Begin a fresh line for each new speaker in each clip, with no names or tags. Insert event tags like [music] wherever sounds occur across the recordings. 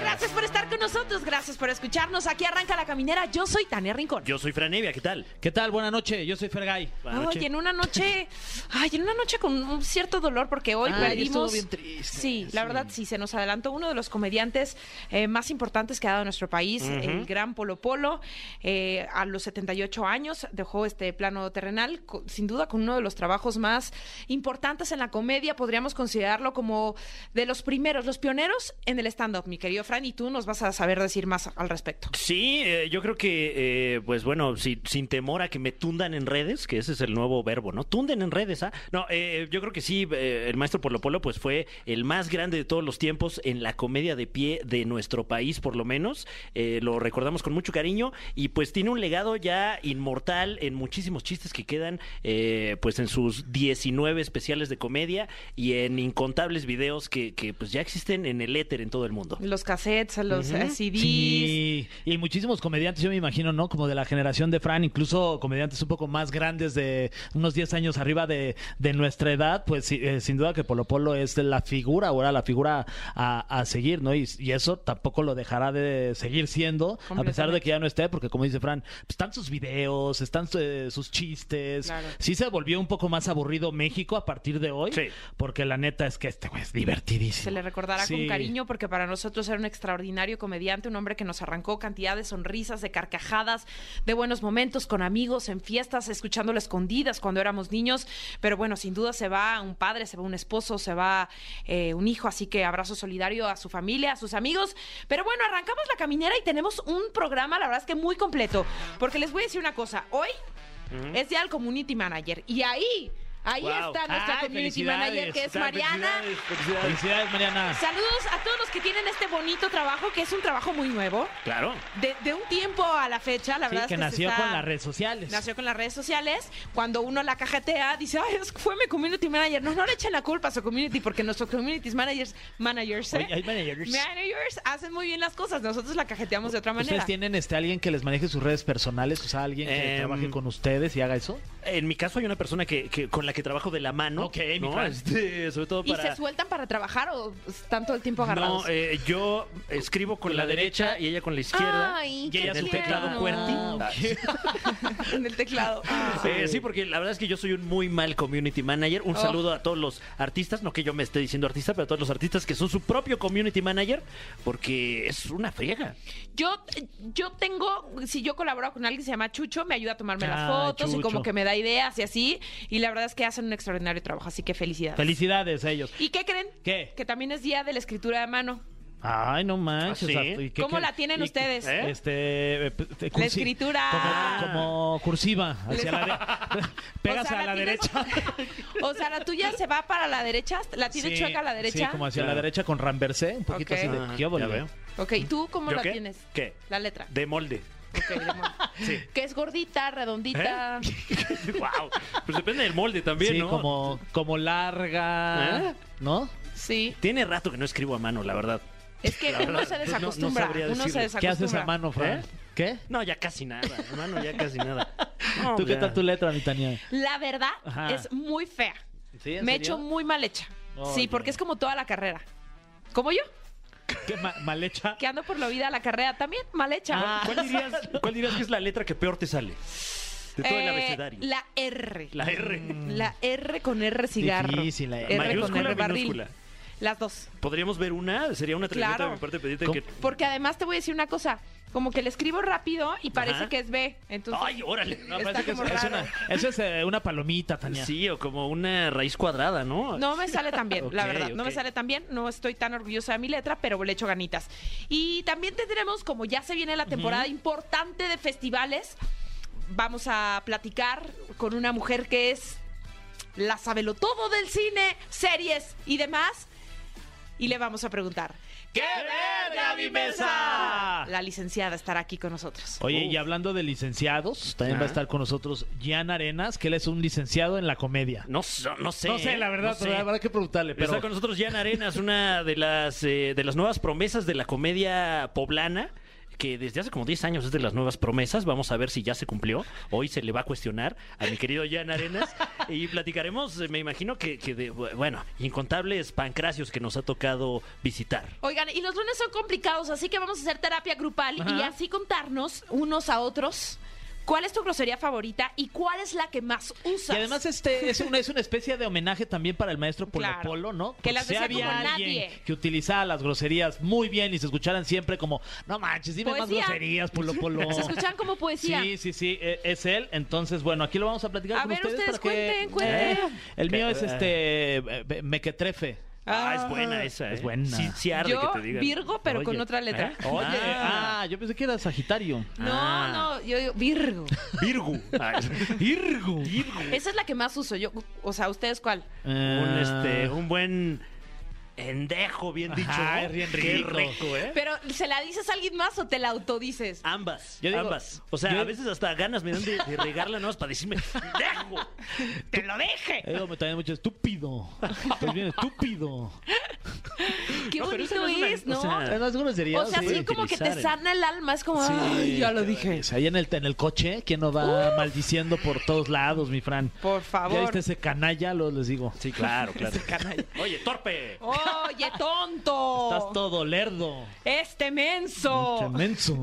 Gracias por estar con nosotros, gracias por escucharnos. Aquí arranca la caminera. Yo soy Tania Rincón.
Yo soy Franevia, ¿qué tal?
¿Qué tal? Buenas noches, yo soy Fergay.
Buenas noches.
Ay, en una noche, ay, en una noche con un cierto dolor porque hoy
Ay, estuvo
perdimos.
bien triste.
Sí, la verdad sí se nos adelantó uno de los comediantes eh, más importantes que ha dado nuestro país, el gran Polo Polo, eh, a los 78 años dejó este plano terrenal, co- sin duda con uno de los trabajos más importantes en la comedia, podríamos considerarlo como de los primeros, los pioneros en el stand-up, mi querido Fran, y tú nos vas a saber decir más al respecto.
Sí, eh, yo creo que, eh, pues bueno, si- sin temor a que me tundan en redes, que ese es el nuevo verbo, ¿no? Tunden en redes, ¿ah? No, eh, yo creo que sí, eh, el maestro Polo Polo, pues fue el más grande de todos los tiempos en la comedia de pie de nuestro país, por lo menos. Eh, lo recordamos con mucho cariño y pues tiene un legado ya inmortal en muchísimos chistes que quedan, eh, pues en sus 19 especiales de comedia y en incontables videos que, que pues ya existen en el éter en todo el mundo.
Los cassettes, los eh, CDs.
Sí, y hay muchísimos comediantes, yo me imagino, ¿no? Como de la generación de Fran, incluso comediantes un poco más grandes, de unos 10 años arriba de, de nuestra edad, pues sí, eh, sin duda que Polo Polo es la figura, ahora la figura a, a seguir, ¿no? Y, y eso tampoco lo dejará de seguir siendo, a pesar de que ya no esté, porque como dice Fran, pues, están sus videos, están eh, sus chistes.
Claro.
Sí se volvió un poco más aburrido México a partir de hoy,
Sí.
porque la neta es que este güey es divertidísimo.
Se le recordará con
Sí.
cariño porque para nosotros era un extraordinario comediante, un hombre que nos arrancó cantidad de sonrisas, de carcajadas, de buenos momentos con amigos, en fiestas, escuchándolo a escondidas cuando éramos niños. Pero bueno, sin duda se va un padre, se va un esposo, se va eh, un hijo, así que abrazo solidario a su familia, a sus amigos. Pero bueno, arrancamos la caminera y tenemos un programa, la verdad es que muy completo, porque les voy a decir una cosa, hoy es ya el community manager y ahí... Ahí
Wow.
está nuestra
Ay,
community manager, que es
felicidades.
Mariana.
Felicidades, Mariana.
Saludos a todos los que tienen este bonito trabajo, que es un trabajo muy nuevo.
Claro.
De, de un tiempo a la fecha, la
Sí,
verdad.
que
es se
nació
está-
con las redes sociales.
Nació con las redes sociales. Cuando uno la cajetea, dice, ay, es que fue mi community manager. No, no le echen la culpa a su community, porque nuestros community managers, managers, ¿eh?
Oye, hay managers.
Managers hacen muy bien las cosas. Nosotros la cajeteamos de otra manera.
¿Ustedes tienen este alguien que les maneje sus redes personales? O sea, alguien que
Em,
trabaje con ustedes y haga eso.
En mi caso hay una persona que, que- con la que trabajo de la mano.
Ok, mi
¿no?
Fran.
Este, sobre todo
¿Y
para.
se sueltan para trabajar o están todo el tiempo agarrados?
no, eh, yo escribo con la derecha y ella con la izquierda.
Ay,
y
qué
ella es el
tierno.
teclado QWERTY.
Ah,
[laughs]
ok.
en el
[laughs]
teclado.
[laughs]
Ah.
Eh, sí, porque la verdad es que yo soy un muy mal community manager. Un
Oh.
saludo a todos los artistas, no que yo me esté diciendo artista, pero a todos los artistas que son su propio community manager, porque es una friega.
Yo, yo tengo, si yo colaboro con alguien que se llama Chucho, me ayuda a tomarme las
Ah,
fotos y como
Chucho.
que me da ideas y así. Y la verdad es que hacen un extraordinario trabajo, así que felicidades.
Felicidades a ellos.
¿Y qué creen?
¿Qué?
Que también es día de la escritura de mano.
Ay, no manches.
¿Ah, sí?
hasta- ¿y qué-
¿Cómo
qué-
la tienen
y-
ustedes?
¿Eh?
Este, eh, p- te-
La
cursi-
escritura.
Como, como cursiva,
[laughs]
hacia la de- Pegas
O sea,
a la
tienes-
derecha.
[laughs] o sea, la tuya se va para la derecha, la tienes
Sí,
chueca a la derecha.
Sí, como hacia
Claro.
la derecha con ramversé, un poquito
Ok.
así de.
Ajá,
¿qué
ya
óvole?
veo.
Ok, ¿y tú cómo
¿Yo
la
qué?
tienes?
¿Qué?
La letra.
De [laughs] molde.
Ok, de modo. Que es gordita,
¿Eh?
redondita.
wow. Pues depende del molde también,
sí,
¿no?
como, como larga.
¿Eh?
¿No?
Sí.
Tiene rato que no escribo a mano, la verdad.
Es que
La
uno
verdad,
se
pues no- no
desacostumbra.
sabría
uno se
decirles.
desacostumbra.
¿Qué haces a mano, Fran?
¿Eh?
¿Qué?
No, ya casi nada, hermano, ya casi [laughs] nada. No,
¿Tú qué
ya.
tal tu letra, mi Tania?
La verdad
Ajá.
es muy fea. Me he hecho muy mal hecha. sí,
Oye.
porque es como toda la carrera. Como yo,
¿Qué, ma-
[laughs]
mal hecha?
que ando por la vida a la carrera también mal hecha.
¿Cuál, cuál dirías, cuál dirías que es la letra que peor te sale? De todo el
Eh,
abecedario.
La Mm. R.
La R.
La R con R cigarro.
Difícil, la
R.
R.
con
¿Mayúscula
R
o
barril.
minúscula?
Las dos.
¿Podríamos ver una? Sería una tremenda
Claro.
de mi parte pedirte
¿Cómo?
que...
Porque además te voy a decir una cosa. Como que le escribo rápido y parece
Ajá.
que es B. Entonces,
¡Ay, órale!
No, Está parece que como
es,
raro.
una, eso es eh, una palomita, Tania.
Sí, o como una raíz cuadrada, ¿no?
No me sale tan bien, la
[laughs] Ok,
verdad. No me
ok.
sale tan bien. No estoy tan orgullosa de mi letra, pero le echo ganitas. Y también tendremos, como ya se viene la temporada importante de festivales, vamos a platicar con una mujer que es la sabelotodo del cine, series y demás. y le vamos a preguntar.
¡Qué verga, mi mesa!
La licenciada estará aquí con nosotros.
Oye,
Uf.
y hablando de licenciados, también va a
Ajá.
estar con nosotros Gian Arenas, que él es un licenciado en la comedia.
No, so- no sé.
No sé, la verdad,
no sé.
pero habrá que preguntarle. Pero
Está con nosotros Jan Arenas, una de las, eh, de las nuevas promesas de la comedia poblana, que desde hace como 10 años es de las nuevas promesas. Vamos a ver si ya se cumplió. Hoy se le va a cuestionar a mi querido Jan Arenas y platicaremos, eh, me imagino que, que de, bueno, incontables pancracios que nos ha tocado visitar.
Oigan, y los lunes son complicados, así que vamos a hacer terapia grupal y así contarnos unos a otros cuál es tu grosería favorita y cuál es la que más usas.
Y además este es una, es una especie de homenaje también para el maestro Polo
Claro.
Polo, ¿no?
Que las decía como nadie.
que utilizaba las groserías muy bien y se escucharan siempre como, no manches, dime
Poesía.
más groserías, Polo Polo.
se escuchan como poesía.
Sí, sí, sí, eh, es él. Entonces, bueno, aquí lo vamos a platicar
A
con
ver,
ustedes.
ustedes
para que- Eh,
cuenten, cuenten.
El mío es
Que-
este, eh, eh, mequetrefe.
Ah, es buena esa.
Es
¿eh?
buena.
Sí, sí arde
Yo,
que te digan.
Virgo, pero con
Oye,
otra letra.
¿eh?
Oye,
Ah,
ah. yo pensé que era Sagitario.
No,
Ah.
no, yo digo
[laughs]
Virgo.
Virgo. Ah, es-
Virgo.
Esa es la que más uso yo. O sea, ¿ustedes cuál?
un,
Eh,
este, un buen endejo, bien dicho.
Ajá,
¿no?
es bien
Qué
rico.
rico, ¿eh? Ah,
¿Pero se la dices a alguien más o te la autodices?
Ambas,
Yo digo-
ambas. O sea,
yo-
a veces hasta ganas me dan de, de regarla nomás para decirme, ¡dejo! ¡Te lo dije!
Digo, eh, también mucho estúpido. Estás
[laughs]
bien estúpido.
Qué
No, pero esa
bonito
no es
es,
una-
¿no?
o
O
sea,
sea,
Eh, no, es grosería, sí.
así como que te
utilizar ¿eh? en-
sana el alma. Es como, ay, ya lo dije.
O sea, ahí en el, en el coche, ¿quién no va maldiciendo por todos lados, mi Fran?
Por
¿Ya
favor.
viste ese canalla? Lo, les digo.
Sí, claro, claro. Oye, torpe.
Oye, tonto.
Estás todo lerdo.
Este menso.
Menso.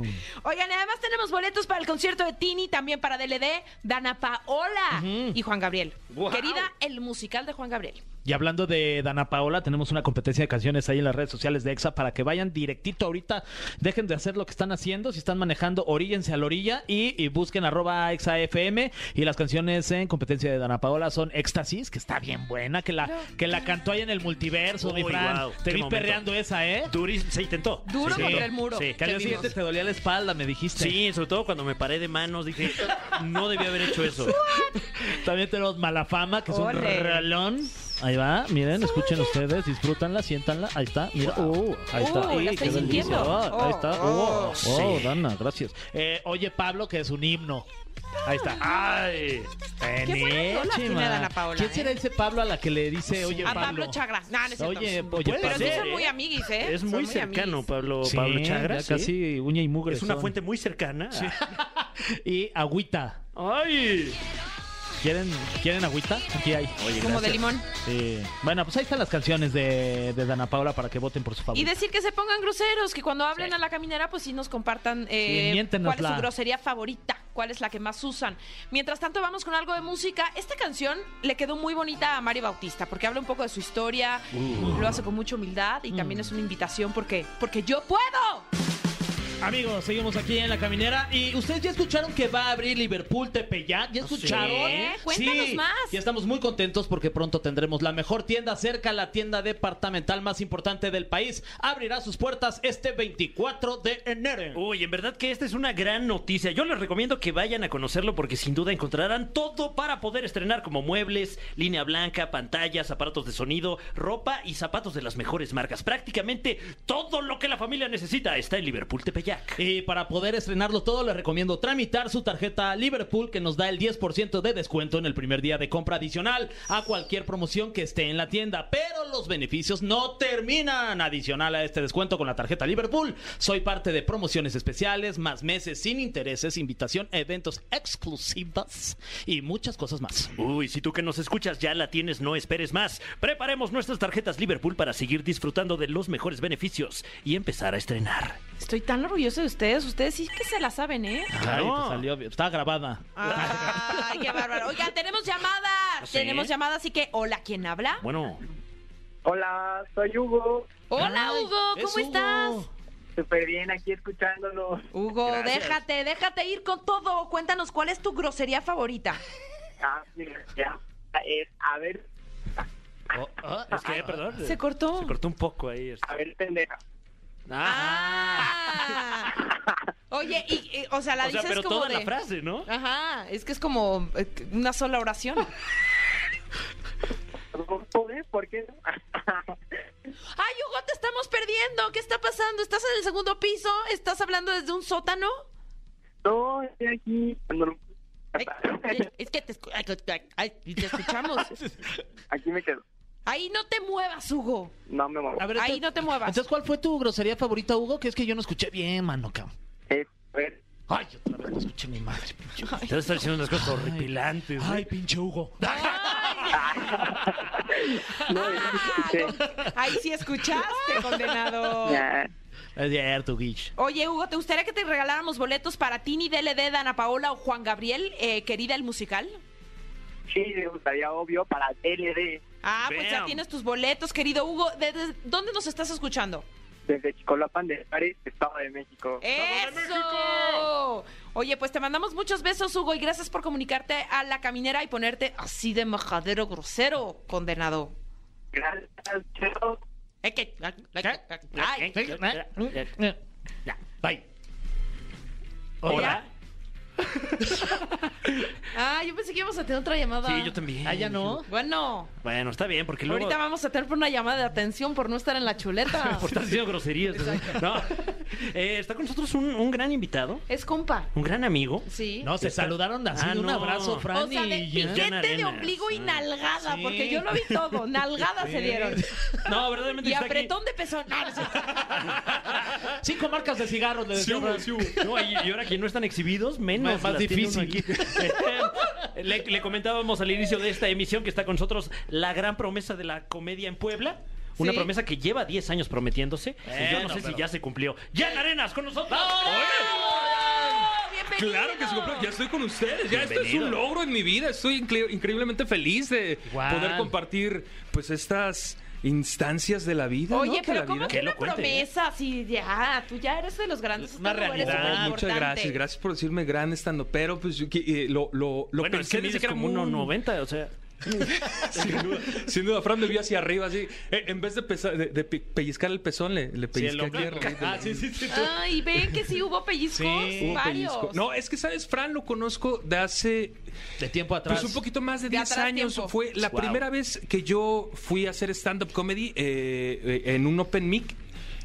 Oigan, y además tenemos boletos para el concierto de Tini, también para DLD, Dana Paola y Juan Gabriel.
Guau.
Querida, el musical de Juan Gabriel.
Y hablando de Dana Paola, tenemos una competencia de canciones ahí en las redes sociales de EXA para que vayan directito ahorita. Dejen de hacer lo que están haciendo. Si están manejando, oríllense a la orilla y, y busquen arroba EXA FM. Y las canciones en competencia de Dana Paola son Éxtasis, que está bien buena, que la, que la cantó ahí en el multiverso, mi
Uy,
Fran.
guau,
Te
qué
vi
momento.
perreando esa, ¿eh?
Duris, se intentó.
Duro
Sí,
contra
sí.
el muro.
Sí.
Que al día
Qué vivos.
siguiente te dolía la espalda, me dijiste.
Sí, sobre todo cuando me paré de manos, dije, no debía haber
[laughs]
hecho eso.
También tenemos Malafama, que es un
Ole.
ralón. Ahí va, miren, escuchen ustedes, disfrútanla, siéntanla. Ahí está, mira. Uh, ahí está.
Uy, la
Ey,
estoy
qué delicia.
sintiendo.
Ah, Ahí está.
Oh,
Oh,
oh.
oh,
Sí.
Dana, gracias. Eh, oye, Pablo, que es un himno.
Ah,
Ahí está.
¡Ay!
Qué ¿eh? buenas rolas tiene
Enésima.
Dana Paola,
¿Quién
eh?
será ese Pablo a la que le dice, oye,
A
Pablo?
Pablo Chagra. No, no es cierto.
Oye,
Mm.
oye,
Pero sí
Pablo.
son muy amiguis, ¿eh?
Es
Son
muy cercano,
amiguis.
Pablo,
Sí,
Pablo Chagra.
ya
sí.
casi uña y mugre.
Es una
son.
fuente muy cercana.
[laughs] Y agüita.
¡Ay!
¿Quieren, ¿Quieren agüita? Aquí hay.
Como de limón.
Sí. Bueno, pues ahí están las canciones de, de Dana Paola para que voten por su
Y
favorito.
decir que se pongan groseros, que cuando hablen a la caminera, pues sí nos compartan eh,
Sí, miéntenosla.
cuál es su grosería favorita, cuál es la que más usan. Mientras tanto, vamos con algo de música. Esta canción le quedó muy bonita a Mario Bautista, porque habla un poco de su historia, lo hace con mucha humildad y también es una invitación porque, porque yo puedo.
Amigos, seguimos aquí en la caminera y ustedes ya escucharon que va a abrir Liverpool Tepeyac, ya escucharon.
sé. ¿Ah, ¿Eh? Cuéntanos
Sí,
más.
Ya estamos muy contentos porque pronto tendremos la mejor tienda cerca, la tienda departamental más importante del país. Abrirá sus puertas este 24 de enero.
Uy, en verdad que esta es una gran noticia. Yo les recomiendo que vayan a conocerlo porque sin duda encontrarán todo para poder estrenar como muebles, línea blanca, pantallas, aparatos de sonido, ropa y zapatos de las mejores marcas. Prácticamente todo lo que la familia necesita está en Liverpool Tepeyac.
Y para poder estrenarlo todo, les recomiendo tramitar su tarjeta Liverpool, que nos da el 10% de descuento en el primer día de compra adicional a cualquier promoción que esté en la tienda. Pero los beneficios no terminan. Adicional a este descuento con la tarjeta Liverpool, soy parte de promociones especiales, más meses sin intereses, invitación, a eventos exclusivas y muchas cosas más.
Uy, si tú que nos escuchas ya la tienes, no esperes más. Preparemos nuestras tarjetas Liverpool para seguir disfrutando de los mejores beneficios y empezar a estrenar.
Estoy tan orgulloso de ustedes. Ustedes sí que se la saben, ¿eh?
Claro.
Ay, pues salió bien. Está grabada.
Ay, qué bárbaro. Oigan, tenemos llamada.
¿Sí?
Tenemos llamada, así que hola, ¿quién habla?
Bueno,
Hola, soy Hugo.
Hola,
Ay,
Hugo,
es
¿cómo estás?
Hugo.
Súper bien aquí escuchándolo.
Hugo,
Gracias.
déjate, déjate ir con todo. Cuéntanos cuál es tu grosería favorita.
Ah, mira, ya. Es, a ver,
Oh, ah,
es que, perdón.
Se cortó.
Se cortó un poco ahí. este.
a ver, pendeja.
Ah. Oye, y, y, o sea, la
o sea,
dices
pero
como
toda
de
la frase, ¿no?
Ajá, es que es como eh, una sola oración.
por poder, ¿por qué no? [laughs]
¡Ay, Hugo, te estamos perdiendo! ¿Qué está pasando? ¿Estás en el segundo piso? ¿Estás hablando desde un sótano?
no, estoy aquí. cuando-
Ay, ay, es que te, escu- ay, ay, ay, te escuchamos.
Aquí me quedo.
Ahí no te muevas, Hugo.
No me muevo.
A ver,
Ahí
entonces-
no te muevas.
Entonces, ¿cuál fue tu grosería favorita, Hugo? Que es que yo no escuché bien, mano, cabrón.
Es- a ver,
Ay, otra vez no escuché mi madre, pinche. Hugo.
Te estás diciendo unas cosas horripilantes. ¿eh? güey.
Ay, pinche Hugo.
no, es que escuché.
Ah, Ahí sí escuchaste, condenado.
Ya.
Es cierto, Guich.
Oye, Hugo, ¿te gustaría que te regaláramos boletos para Tini, DLD, Dana Paola o Juan Gabriel, eh, querida el musical?
Sí, me gustaría, obvio, para LD,
Ah, pues ya
Bam.
tienes tus boletos, querido Hugo. ¿Desde dónde nos estás escuchando?
desde Chicolapan de Juárez, Estado de México.
Eh. ¡Eso! Oye, pues te mandamos muchos besos, Hugo, y gracias por comunicarte a la caminera y ponerte así de majadero grosero, condenado.
Gracias, chao.
Eh, que- Ay.
Mm, Bye.
Hola.
[laughs] Ah, yo pensé que íbamos a tener otra llamada.
Sí, yo también.
Ah, ya no.
Bueno,
Bueno, está bien, porque luego.
ahorita vamos a tener por una llamada de atención por no estar en la chuleta.
[laughs] Por estar diciendo groserías. No. Eh, está con nosotros un, un gran invitado,
Es compa.
un gran amigo.
Sí.
No, se
Está-
saludaron así.
Ah,
un
no.
abrazo, Fran.
o sea, de
y ya.
piquete.
piquete de
Arenas.
ombligo y
Ah.
nalgada,
Sí.
porque yo lo vi
[laughs]
todo. Nalgada se dieron.
No, verdaderamente
Y
está aquí.
apretón de pezón. No, no es cierto.
[laughs]
Cinco marcas de cigarros le decía Fran.
No, y, y ahora que no están exhibidos, menos.
Más- más
las tiene uno
difícil. [laughs]
aquí. le, le comentábamos al inicio de esta emisión que está con nosotros la gran promesa de la comedia en Puebla. Una
Sí.
promesa que lleva 10 años prometiéndose. y yo no
Bueno,
sé si
pero-
ya se cumplió. ¡Jan Arenas con nosotros!
¡Bienvenido!
Claro que se cumplió. Ya estoy con ustedes. Ya esto es
Bienvenido.
un logro en mi vida. Estoy incre- increíblemente feliz de
Guau.
poder compartir pues estas instancias de la vida. ¿no?
Oye,
Que
pero
la
¿cómo
vida-
que
Qué
una
elocuente,
promesa? Sí, ya, tú ya eres de los grandes.
Una
estando, eres
realidad.
Ah,
superimportante.
muchas gracias, gracias por decirme gran estando, pero pues yo que- eh, lo, lo, lo
Bueno, es que
pensé desde
mides
que era
como
muy-
1.90, o sea...
Sin duda, [laughs] sin duda, Fran me vio hacia arriba así. Eh, en vez de, pesa- de- de pe- pellizcar el pezón, le, le
Sí, el
pellizqué aquí
[laughs]
ombligo.
arriba.
Ah, sí, sí, sí.
Ay, ven que sí hubo pellizcos.
Sí,
Hubo
varios.
pellizco. No, es que sabes, Fran lo conozco de hace
De tiempo atrás.
Pues un poquito más de
De
10
atrás
años.
tiempo.
Fue la
Wow.
primera vez que yo fui a hacer stand-up comedy eh, eh, en un open mic.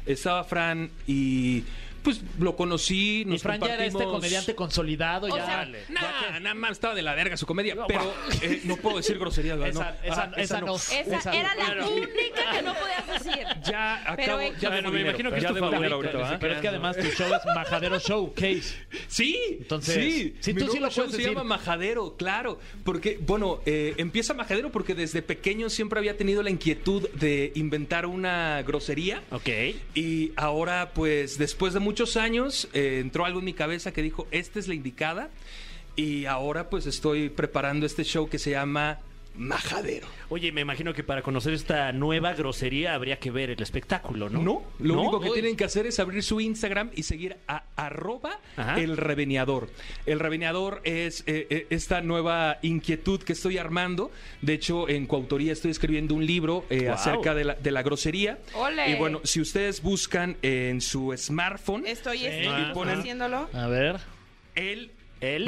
Estaba Fran y pues lo conocí.
Y
Nos
Fran ya era este
compartimos-
comediante consolidado.
O
ya.
sea,
Dale.
Nah, nada más estaba de la verga su comedia, pero eh, no puedo decir
[laughs]
groserías. ¿verdad?
Esa- esa-
No. Ah,
esa no.
Esa
Esa-
era la
Bueno.
única que no podías decir.
[laughs] Ya
Pero,
acabo.
eh,
ya
Bueno,
debo
me
dinero,
imagino que
ya
es tu
debo dinero
favorita, ni
ahorita, ¿va?
¿eh? Pero es que además tu show es Majadero Showcase.
Sí,
Entonces,
sí,
sí,
mi
tú sí
nuevo
lo
show
puedes
se
decir.
llama Majadero, claro, porque bueno, eh, empieza Majadero porque desde pequeño siempre había tenido la inquietud de inventar una grosería.
Ok.
Y ahora, pues, después de muchos años, eh, entró algo en mi cabeza que dijo, esta es la indicada. Y ahora, pues, estoy preparando este show que se llama Majadero.
Oye, me imagino que para conocer esta nueva grosería habría que ver el espectáculo, ¿no?
No, lo
¿No?
único que tienen que hacer es abrir su Instagram y seguir a arroba
Ajá.
el reveneador. El reveneador es eh, eh, esta nueva inquietud que estoy armando. De hecho, en coautoría estoy escribiendo un libro eh,
Guau.
acerca de la, de la grosería.
¡Ole!
Y bueno, si ustedes buscan en su smartphone
Estoy este,
Y ponen-
haciéndolo.
A ver.
el
El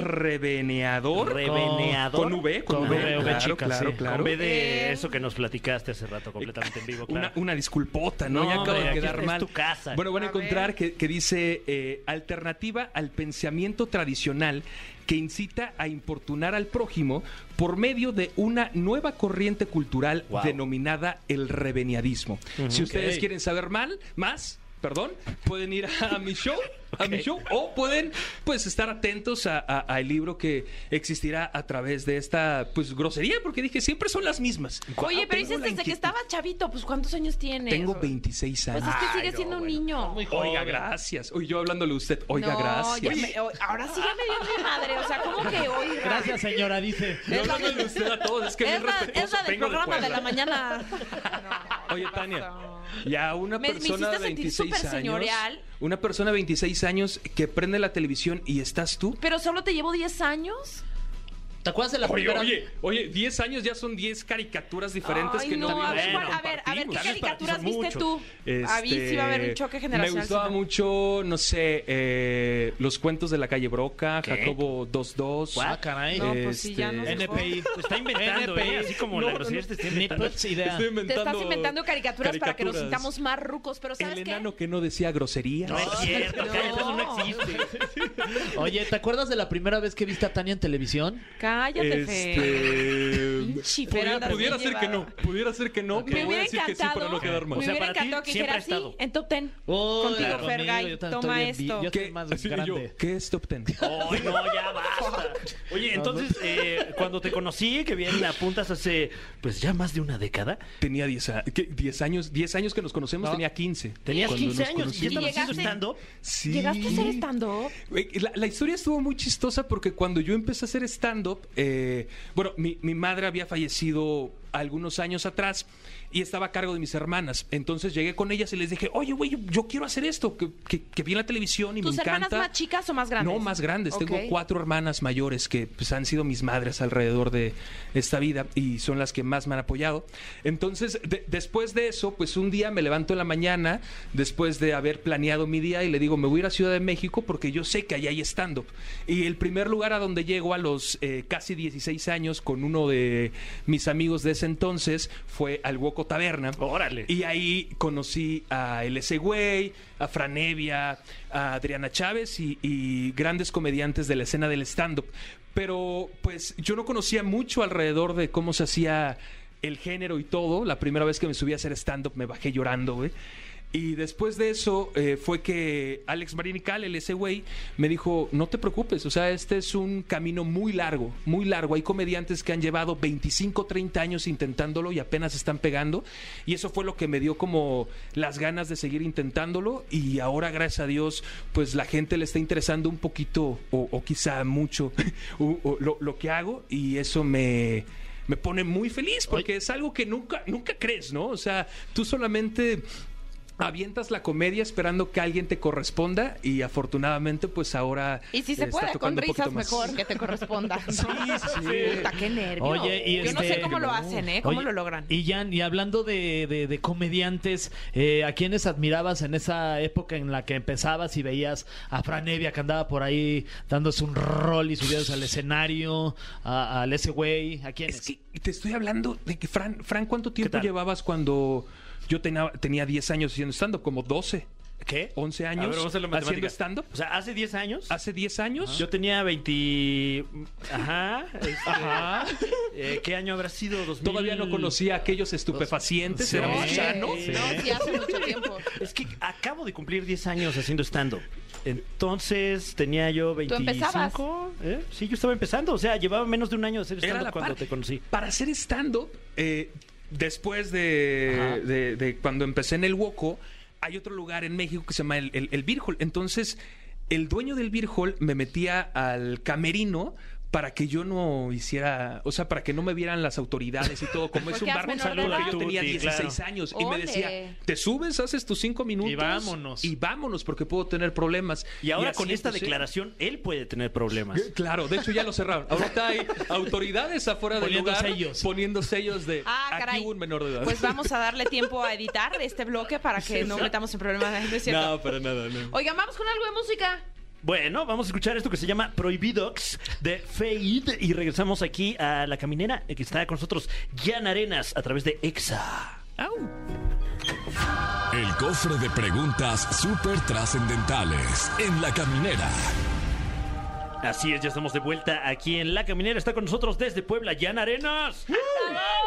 reveneador.
reveneador.
Con V, con,
Con
V,
V, V
claro,
chica,
claro,
sí.
claro.
Con B de
Eh,
eso que nos platicaste hace rato completamente en vivo, claro.
Una, una disculpota, ¿no?
No,
ya acabo
hombre,
de
aquí
quedar
es- es
mal.
tu casa.
Bueno, van a,
A
encontrar
ver.
que, que dice eh, alternativa al pensamiento tradicional que incita a importunar al prójimo por medio de una nueva corriente cultural
Wow.
denominada el reveniadismo. Si ustedes
Ok.
quieren saber mal, más. Perdón, pueden ir a mi show, a mi show, o pueden pues estar atentos a- a- al libro que existirá a través de esta pues grosería, porque dije siempre son las mismas.
Oye, pero
Tengo
dices
la
desde que
inquietud.
estabas chavito, pues ¿cuántos años tienes?
Tengo 26 años.
Pues es que sigues siendo un niño.
Oiga, gracias. Oye, yo hablándole a usted. Oiga,
No, ya
gracias.
me- o- ahora sí ya me dio mi madre. O sea, ¿cómo que oiga?
Gracias, señora, dice.
Yo hablándole a usted a todos. Es que
es,
bien
la,
respetuoso.
es la del
Vengo
programa de,
Puebla.
la mañana.
[laughs] Oye, Tania,
[laughs]
ya una
Me- me
persona
hiciste
de
sentir
26
súper
años.
señorial.
Una persona de 26 años que prende la televisión y estás tú.
Pero solo te llevo 10 años.
¿Te acuerdas de la
Oye,
primera?
oye, oye, 10 años ya son 10 caricaturas diferentes
Ay,
que no,
no, a ver,
vimos,
¿cuál- a ver, a ver, ¿qué
compartimos. Este,
caricaturas
Son
viste
muchos.
tú? a mí sí va a haber un choque generacional.
Me gustaba
sí.
mucho, no sé, eh, Los cuentos de la calle Broca,
¿Qué?
Jacobo 22.
¿What?
Ah, caray.
No, pues sí, ya no
Este,
sé.
NPI.
Pues está inventando,
NPI.
¿eh? Así como la
No,
grosería
no,
te está
Ni pues,
inventando.
puts idea.
Estoy
Te
inventando
estás inventando caricaturas, para que nos
caricaturas.
sintamos más rucos, pero ¿sabes
El
qué?
enano que no decía groserías.
[laughs] No es cierto,
No.
cállate, eso no existe.
Oye, ¿te acuerdas de la primera vez que viste a Tania en televisión?
Cállate, Fer.
Este.
Pinche Fer,
Pudiera,
andas
pudiera
bien
ser que no,
llevada.
pudiera ser que no,
Me
pero voy a
hubiera
decir que sí para
encantado,
no quedarme.
me
O sea,
hubiera
para ti
encantado que
siempre
hicieras
ha
así
estado.
en Top Ten.
Oh,
Contigo,
claro. Conmigo,
Fergay.
yo también
Toma
estoy envi-
esto.
yo-
¿Qué,
más
Así yo,
grande.
¿Qué es este Top Ten?
Ay, no, ya basta. Oye, entonces, eh, cuando te conocí, que bien la apuntas hace, pues ya más de una década,
Tenía 10 a- ¿qué? 10 años. 10 años que nos conocemos,
No.
tenía 15.
tenías
Cuando
15
nos
años y ya
conocimos.
estabas haciendo
llegaste-
stand-up.
Sí.
¿Llegaste a ser stand-up?
Güey, La, la historia estuvo muy chistosa porque cuando yo empecé a hacer stand-up, eh, bueno, mi, mi madre había fallecido algunos años atrás y estaba a cargo de mis hermanas. Entonces llegué con ellas y les dije, oye, güey, yo, yo quiero hacer esto, que, que- que vi en la televisión y
¿Tus
me
hermanas
encanta.
más chicas o más grandes?
No, más grandes.
Ok.
Tengo cuatro hermanas mayores que pues, han sido mis madres alrededor de esta vida y son las que más me han apoyado. Entonces, de- después de eso, pues un día me levanto en la mañana, después de haber planeado mi día, y le digo, me voy a ir a Ciudad de México porque yo sé que allá hay stand-up. Y el primer lugar a donde llego a los eh, casi 16 años con uno de mis amigos de ese entonces fue al Woco Taberna.
Órale.
Y ahí conocí a LS Güey, a Franevia, a Adriana Chávez y, y grandes comediantes de la escena del stand-up. Pero pues yo no conocía mucho alrededor de cómo se hacía el género y todo. La primera vez que me subí a hacer stand-up me bajé llorando, güey. Y después de eso eh, fue que Alex Marinical, el ese güey, me dijo, no te preocupes, o sea, este es un camino muy largo, muy largo. Hay comediantes que han llevado 25, 30 años intentándolo y apenas están pegando. Y eso fue lo que me dio como las ganas de seguir intentándolo. Y ahora, gracias a Dios, pues la gente le está interesando un poquito o, o quizá mucho [laughs] o- o lo, lo que hago y eso me me pone muy feliz porque es algo que nunca, nunca crees, ¿no? O sea, tú solamente avientas la comedia esperando que alguien te corresponda y afortunadamente pues ahora...
Y si se
está
puede, con
tocando un poquito
risas
más.
mejor, que te corresponda.
[laughs] Sí, sí, sí.
Puta, qué nervio.
Oye, y
Yo no sé
este-
cómo lo hacen, ¿eh? ¿Cómo
Oye,
lo logran?
Y Jan, y hablando de, de- de comediantes, eh, ¿a quiénes admirabas en esa época en la que empezabas y veías a Fran Evia que andaba por ahí dándose un rol y subidos al escenario, a- al ese güey? ¿A quiénes?
Es que te estoy hablando de que, Fran, Fran ¿cuánto tiempo
tal?
llevabas cuando yo tenía, tenía 10 años haciendo stand-up? Como 12,
¿Qué?
11
A
años
ver, vamos a hacer la
haciendo
matemática.
stand-up.
O sea, hace 10 años.
Hace 10 años.
Yo tenía 20. Ajá. este, eh, ¿Qué año habrá sido? 2000.
Todavía no conocía a aquellos estupefacientes,
Mm. Sí.
era muy
Sí.
sano.
Sí.
No, sí, hace mucho tiempo.
Es que acabo de cumplir 10 años haciendo stand-up. Entonces tenía yo 25.
empezabas?
¿eh? Sí, yo estaba empezando. O sea, llevaba menos de un año de hacer
Era
stand-up
la
cuando
par.
te conocí.
Para hacer stand-up, eh, después de, de- de cuando empecé en el Woco, hay otro lugar en México que se llama el, el, el Beer Hall. Entonces, el dueño del Beer Hall me metía al camerino para que yo no hiciera, o sea, para que no me vieran las autoridades y
[laughs]
todo, como es
Porque
un
eras
bar, un
menor de
saludo
edad.
yo tenía
Sí, claro.
16 años y me
Ole.
decía, te subes, haces tus cinco minutos
Y vámonos.
y vámonos porque puedo tener problemas.
Y ahora
así pues,
con esta
empecé.
declaración, él puede tener problemas.
Claro, de hecho ya lo cerraron. Ahorita hay autoridades afuera del
Poniendo
lugar
sellos.
poniendo sellos de
Ah,
aquí
caray.
hubo un menor de edad.
Pues vamos a darle tiempo a editar este bloque para que no metamos en problemas. No es [laughs] cierto.
no, para nada, no.
Oigan, vamos con algo de música.
Bueno, vamos a escuchar esto que se llama Prohibidox de Fade y regresamos aquí a la caminera eh, que está con nosotros Jan Arenas a través de EXA.
El cofre de preguntas súper trascendentales en la caminera.
Así es, ya estamos de vuelta aquí en la caminera. Está con nosotros desde Puebla Jan Arenas.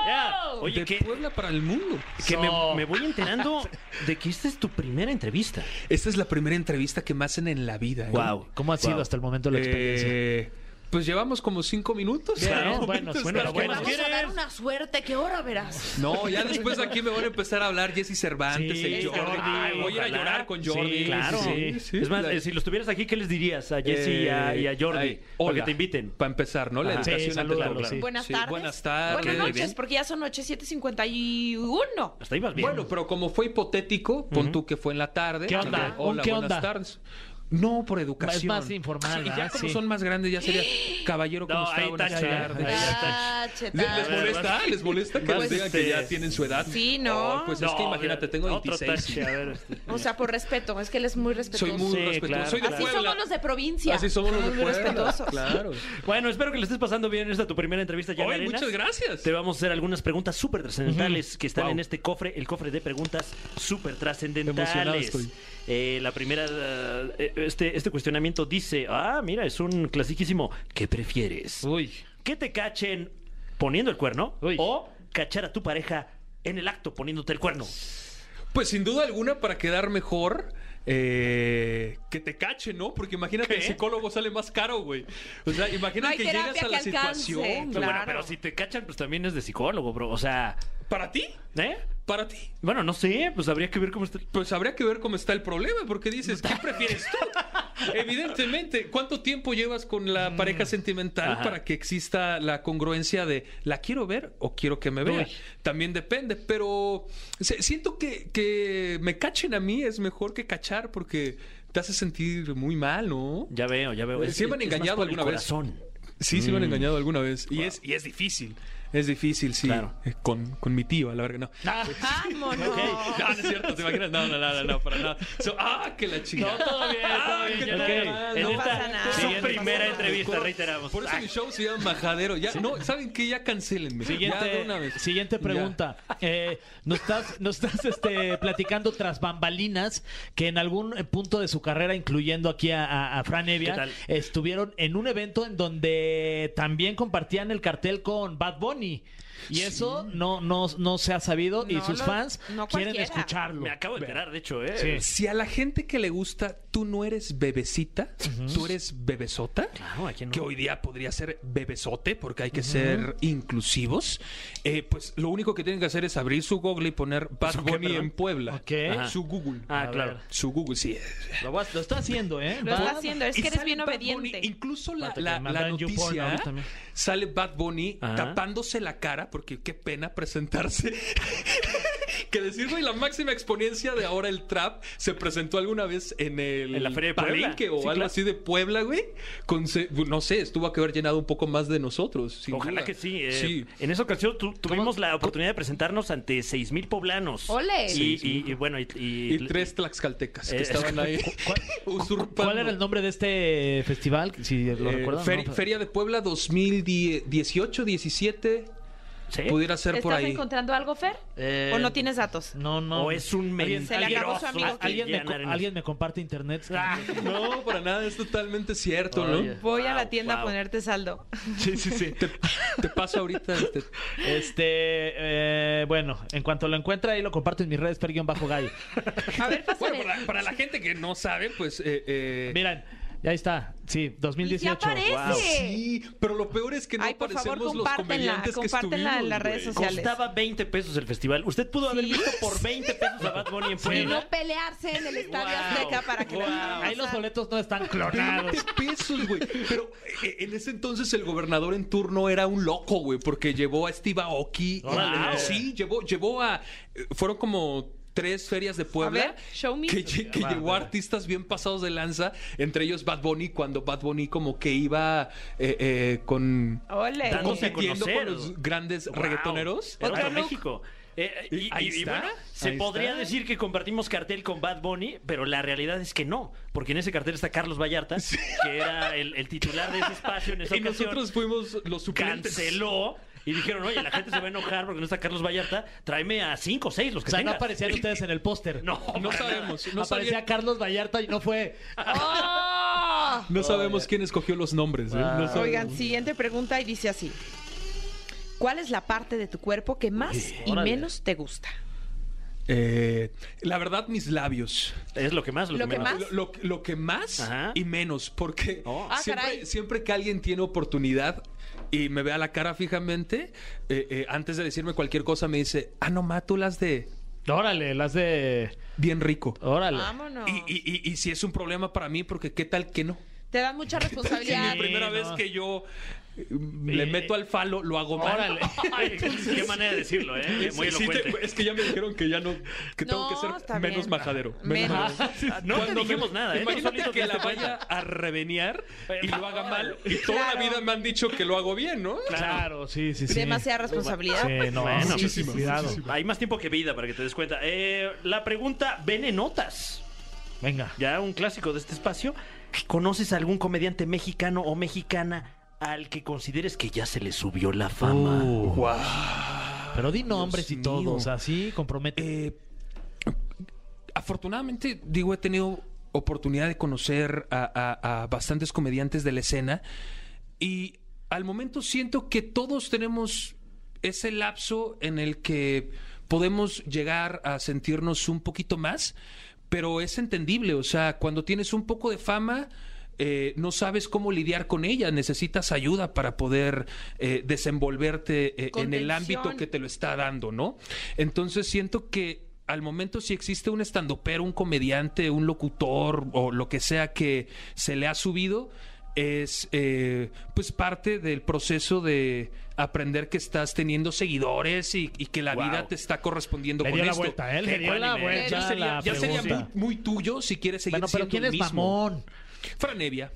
Ya. Oye,
de
que,
Puebla para el mundo.
que me,
So-
me voy enterando de que esta es tu primera entrevista.
Esta es la primera entrevista que me hacen en la vida. ¿eh?
Guau.
¿Cómo ha sido
Wow.
hasta el momento la experiencia?
Eh, pues llevamos como cinco minutos.
Bien,
Claro.
bueno,
Entonces,
bueno,
¿para
pero
qué
bueno.
más?
Vamos a dar una suerte que ahora verás.
No, ya después de aquí me van a empezar a hablar Jesse Cervantes,
Sí,
el Jordi.
Jordi,
Ay, voy a ir a
ojalá.
llorar con Jordi.
Sí, claro.
Sí, sí.
es más,
La- Eh,
eh, si los tuvieras aquí, ¿qué les dirías a Jesse y, a, y a Jordi?
ay,
Para que
hola.
te inviten.
Para empezar, ¿no? La
Ajá. Sí,
educación ante
salúdalo,
todo.
sí.
Buenas
Sí,
tardes.
Buenas tardes.
Buenas
Muy
noches,
bien.
porque ya son noches 7.51.
Hasta ahí vas bien.
Bueno, pero como fue hipotético, pon tú que fue en la tarde.
¿Qué onda?
Ok, Hola,
¿Un qué
buenas
onda?
tardes. No, por educación.
Es más informal,
Sí, ya
¿verdad?
como
Sí.
son más grandes, ya sería caballero, ¿cómo
Ah, No,
está?
ahí
Buenas
tacha, ya,
tardes".
ahí ya tacha.
Ah,
¿Les,
chetada.
les molesta? ¿Les molesta que
Vas,
les digan que
este-
ya tienen su edad?
Sí, ¿no?
Ay, pues es que
No,
imagínate, tengo
otro
26.
tache, a ver, este.
O sea, por respeto, es que él es muy respetuoso.
Soy muy
Sí,
respetuoso.
claro,
Soy de
Así
Puebla.
somos los de provincia.
Así somos los de
muy
Puebla.
respetuosos.
Claro.
Bueno, espero que le estés pasando bien esta tu primera entrevista ya en
Hoy,
Arenas.
muchas gracias.
Te vamos a hacer algunas preguntas súper trascendentales que están
Wow.
en este cofre, el cofre de preguntas súper
Emocionado
trascendentales.
estoy.
Eh, la primera, eh, este, este cuestionamiento dice, ah, mira, es un clasiquísimo, ¿qué prefieres?
Uy.
¿Que te cachen poniendo el cuerno
Uy.
o cachar a tu pareja en el acto poniéndote el cuerno?
Pues sin duda alguna, para quedar mejor, eh, que te cache, ¿no? Porque imagínate, el psicólogo sale más caro, güey. O sea,
No
imagínate
hay
que
terapia
llegas a la
que alcance.
situación. güey.
Bueno,
Claro.
pero si te cachan, pues también es de psicólogo, bro. O sea,
¿Para ti?
¿eh?
¿Para ti?
Bueno, no sé, pues habría que ver cómo está.
Pues habría que ver cómo está el problema, porque dices, ¿qué prefieres [laughs] tú? Evidentemente, ¿cuánto tiempo llevas con la pareja sentimental
Ajá.
para que exista la congruencia de la quiero ver o quiero que me vea?
Uy.
También depende, pero se- siento que, que me cachen a mí es mejor que cachar porque te hace sentir muy mal, ¿no?
Ya veo, ya veo.
Sí me Eh, han
más
engañado
por el
alguna vez.
corazón.
Sí, sí me han engañado alguna vez. Y, es, y es difícil. Es difícil, sí.
Claro.
Eh, Con, con mi tío, a la verga, no.
Vámonos.
No, no es cierto, ¿te imaginas? No, no, no, no, no, para nada. So- ah, que la chica.
No, todo bien, todo
Ah,
bien.
que
ya
la-
está bien.
ah,
En
no
esta
pasa nada.
su
Sí, en-
primera
no,
entrevista,
Por-
reiteramos.
Por eso
Ah,
mi show se llama Majadero. Ya, no, ¿saben qué? Ya cancelenme. Ya de
Siguiente,
una vez.
siguiente
Ya.
pregunta. Eh, nos estás, nos estás este, platicando tras bambalinas que en algún eh, punto de su carrera, incluyendo aquí a, a- a Fran Evia,
¿Qué tal?
estuvieron en un evento en donde también compartían el cartel con Bad Bunny. Y eso no, no, no se ha sabido y
No
sus
lo-
fans
no
quieren
cualquiera.
escucharlo.
Me acabo de enterar, de hecho, ¿eh?
Sí.
Si a la gente que le gusta, tú no eres bebecita, tú eres bebesota,
Claro, ¿a quién no?
que hoy día podría ser bebesote porque hay que ser inclusivos, eh, pues lo único que tienen que hacer es abrir su Google y poner Bad
qué,
Bunny
perdón?
en Puebla.
Ok.
Ajá.
Su Google.
Ah,
A
claro.
ver.
Su Google, sí.
Lo, vas- lo está haciendo, ¿eh?
Lo está
Bad-
haciendo, es
Y
que eres
sale
bien
Bad Bunny.
obediente.
Incluso la,
Espérate,
la-
que me
la
mandan YouPorn
noticia
ahorita mismo.
sale Bad Bunny
Ajá.
tapándose la cara, porque qué pena presentarse. [laughs] que decir, güey, la máxima exponencia de ahora el trap se presentó alguna vez en el
En la Feria de Puebla.
Palenque o
Sí,
algo
claro.
así de Puebla, güey. Con se- no sé, estuvo que haber llenado un poco más de nosotros. sin
Ojalá
duda.
que sí. eh,
Sí.
En esa ocasión tu- tuvimos la oportunidad de presentarnos ante 6.000 poblanos.
¡Ole!
Y, y- y bueno, y, y-
Y tres tlaxcaltecas
Eh,
que
[laughs]
estaban ahí [laughs] usurpando.
¿Cuál era el nombre de este festival? Si lo
Eh,
recuerdan.
Feri-
¿no?
Feria de Puebla 2018, 17,
¿sí?
pudiera ser por
¿Estás
ahí.
encontrando algo, Fer?
Eh,
¿O no tienes datos?
No, no.
O es un
Alguien-
Se le acabó su
mentiroso
amigo.
que
¿Alguien, me,
llenan
co-
arenas.
alguien me comparte internet.
Ah,
No, para nada, es totalmente cierto, ¿no?
Oye.
Voy a
Wow,
la tienda
wow.
a ponerte saldo.
Sí, sí, sí.
Te, te paso ahorita. este-
Este, eh, bueno, en cuanto lo encuentre ahí lo comparto en mis redes, bajo gallo.
A ver,
Bueno,
pásame.
para, la- para la gente que no sabe, pues. eh, eh,
Miren, ya está. Sí, 2018.
Y sí
Guau.
aparece.
Sí, pero lo peor es que no
Ay, por favor,
aparecemos los
compártenla,
comediantes que
compártenla en
estuvimos,
las
güey.
redes sociales.
Costaba 20 pesos el festival. Usted pudo haber
Sí.
visto por 20 pesos a Bad Bunny en
Y
Puebla.
no pelearse en el estadio
Wow.
Azteca para que la
Wow.
dejaran
Ahí los
pasar.
boletos no están clonados.
20 pesos, güey. Pero eh, en ese entonces el gobernador en turno era un loco, güey, porque llevó a Steve Aoki. Ah,
Órale.
Sí, llevó, llevó a. eh, Fueron como tres ferias de Puebla
A ver, show me.
que, lle- que llevó a artistas bien pasados de lanza, entre ellos Bad Bunny, cuando Bad Bunny como que iba eh, eh, con
Ole.
Dándose a
compitiendo
conocer.
con los grandes
Wow.
reggaetoneros.
Era
Otro
otro
look.
México. Eh, y, y-
Ahí
y
está,
bueno, se
ahí
podría
está.
decir que compartimos cartel con Bad Bunny, pero la realidad es que no, porque en ese cartel está Carlos Vallarta, que era el, el titular de ese espacio en
[laughs]
esa
Y
ocasión.
nosotros fuimos los suplentes.
canceló y dijeron, oye, la gente se va a enojar porque no está Carlos Vallarta, tráeme a cinco o seis los
O
que
sea, no
tengas".
aparecían ustedes en el póster.
No, para
No
nada.
sabemos, no,
Aparecía
sabía-
Carlos Vallarta y no fue.
¡Oh!
no sabemos quién escogió los nombres. ¿eh? No sabemos.
Oigan, siguiente pregunta y dice así. ¿Cuál es la parte de tu cuerpo que más y
órale.
menos te gusta?
Eh, la verdad, mis labios.
Es lo que más, lo,
Lo
que
que
menos.
más.
Lo, lo- lo que más
Ajá.
y menos, porque
Oh.
Ah,
siempre,
caray.
siempre que alguien tiene oportunidad y me ve a la cara fijamente, eh, eh, antes de decirme cualquier cosa me dice, ah, no, ma, tú las de
Órale, las de.
bien rico.
Órale.
Vámonos.
Y, y- y- y si es un problema para mí, porque qué tal que no.
Te dan mucha
Sí,
responsabilidad.
la primera
no.
vez que yo eh, le meto al falo, lo hago mal.
[laughs] Órale. Qué manera de decirlo, ¿eh? Muy
Sí, sí, te-
elocuente.
es que ya me dijeron que ya no, que tengo
No,
que
está
ser
bien.
menos majadero.
Menos.
no te
Cuando me-
dijimos nada, ¿eh? Tú
Imagínate
solito
que
te
la
das cuenta.
vaya a revenear y lo haga mal. Y toda
Claro.
la vida me han dicho que lo hago bien, ¿no?
Claro, sí, sí, sí.
Demasiada responsabilidad.
Sí, Eh, no,
Bueno,
sí, sí,
muchísimo,
cuidado.
Hay más tiempo que vida para que te des cuenta. Eh, la pregunta, venenotas.
Venga.
Ya un clásico de este espacio. ¿Conoces a algún comediante mexicano o mexicana al que consideres que ya se le subió la fama?
Uh. Pero di nombres y
mío.
todos, así compromete.
Eh, afortunadamente, digo, he tenido oportunidad de conocer a, a- a bastantes comediantes de la escena y al momento siento que todos tenemos ese lapso en el que podemos llegar a sentirnos un poquito más, pero es entendible, o sea, cuando tienes un poco de fama... eh, no sabes cómo lidiar con ella, necesitas ayuda para poder eh, desenvolverte eh, en el
Contención.
ámbito que te lo está dando, ¿no? Entonces siento que al momento si existe un estandopero, un comediante, un locutor o lo que sea que se le ha subido, es eh, pues parte del proceso de aprender que estás teniendo seguidores y, y que la
Wow.
vida te está correspondiendo
Le
con
dio la
esto.
vuelta, ¿eh?
Qué
Le dio la
ecuánime.
vuelta.
Ya
a
sería,
la
ya sería muy,
pregunta.
muy tuyo si quieres seguir
Bueno, pero
siendo
¿quién
el
es
mismo.
mamón?
Franevia.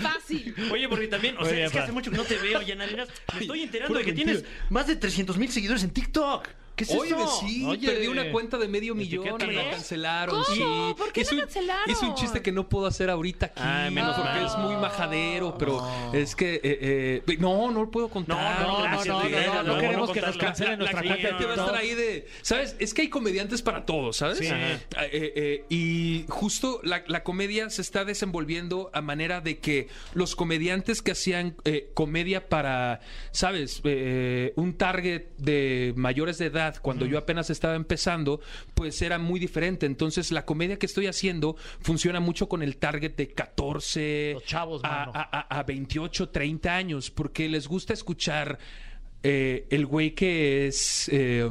Fácil.
Oye, porque también, o
Muy
sea,
bien,
es que hace
Fran.
mucho que no te veo,
[laughs]
Yanalinas. Me estoy enterando
pura
de que
mentira.
tienes más de 300 mil seguidores en TikTok. ¿Qué es
Oye,
eso?
sí,
Oye.
perdí una cuenta de medio millón,
Etiquétalo.
me la cancelaron.
¿Cómo?
sí.
¿Por qué
es
la
un,
cancelaron?
Es un chiste que no puedo hacer ahorita aquí,
Ah,
Ay, menos
porque
mal.
es muy majadero, pero es que eh, eh, no, no lo puedo contar.
No, no,
gracias,
no, no,
Miguel,
no, no
luego
queremos que
contarlo.
nos cancelen nuestra
Sí,
cuenta de
no,
Te va a
no.
estar ahí de. ¿Sabes? Es que hay comediantes para todos, ¿sabes?
Sí.
Eh, eh, y justo la, la comedia se está desenvolviendo a manera de que los comediantes que hacían eh, comedia para, ¿sabes? Eh, un target de mayores de edad, cuando yo apenas estaba empezando, pues era muy diferente. Entonces, la comedia que estoy haciendo funciona mucho con el target de 14
Los chavos,
a-
mano.
a- a, a 28, 30 años, porque les gusta escuchar eh, el güey que es eh,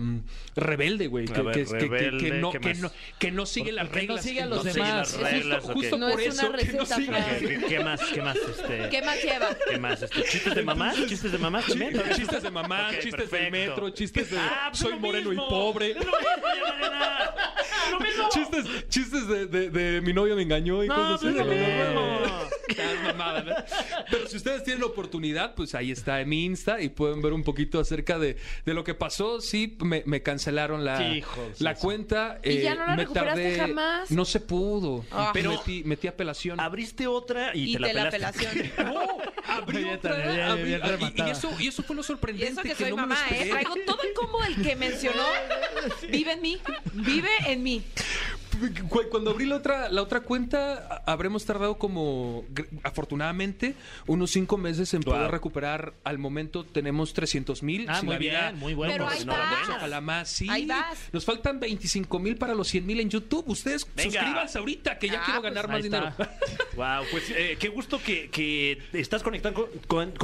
rebelde, güey, que,
ver,
que es- que- que- que
rebelde,
no,
¿qué
que
más?
no, que no sigue
Que
las
no
reglas.
sigue a
que
los
no sigue
demás.
las reglas,
Justo-
ok.
justo
No
por
es
eso
una
que no
receta,
sigue.
Fran.
¿Qué- ¿Qué más? ¿Qué más? Este...
¿Qué más lleva?
[laughs]
¿Qué más? Este, ¿Chistes de mamá? ¿Chistes de mamá también?
Chistes de mamá,
Ok,
chistes del
perfecto.
metro, chistes de
Ah, pues es
soy
lo
moreno y
mismo.
pobre,
Es lo mismo, Yanalinas. Es lo mismo.
chistes, chistes de, de- de mi novio me engañó y
No,
cosas
pues es
así.
lo
güey.
mismo.
[laughs] Estás mamada, ¿no? Pero si ustedes tienen la oportunidad, pues ahí está en mi Insta y pueden ver un poquito acerca de, de lo que pasó. Sí, me, me cancelaron la,
Sí, hijo, sí,
la
sí.
cuenta. eh,
¿Y ya no la recuperaste jamás?
No se pudo.
Ah.
Pero
Pero-
metí, metí apelación.
Abriste otra y,
Y
te
te la
la pelaste. [laughs]
apelación.
[laughs] No, abrí
Bien,
otra,
bien, bien,
abrí-
bien
ah, y- y,
rematada.
eso, y eso fue lo
Y
sorprendente.
eso que soy
no me lo
mamá, ¿eh?
esperé.
Traigo todo el combo del que mencionó. Vive en mí. Vive en mí.
Güey, Cuando abrí la otra, la otra cuenta, a- habremos tardado como, gr- afortunadamente, unos cinco meses en poder
Wow.
recuperar. Al momento tenemos 300 mil.
Ah, muy bien, muy bueno.
Pero
pues,
ahí
no,
va.
bueno.
Ojalá más, sí.
Ahí vas.
Nos faltan 25 mil para los 100 mil en YouTube. Ustedes
Venga.
suscríbanse ahorita, que ya
Ah,
quiero
pues,
ganar
Ahí
más dinero.
está.
Wow, pues eh, qué gusto que, que estás conectando con, con- con-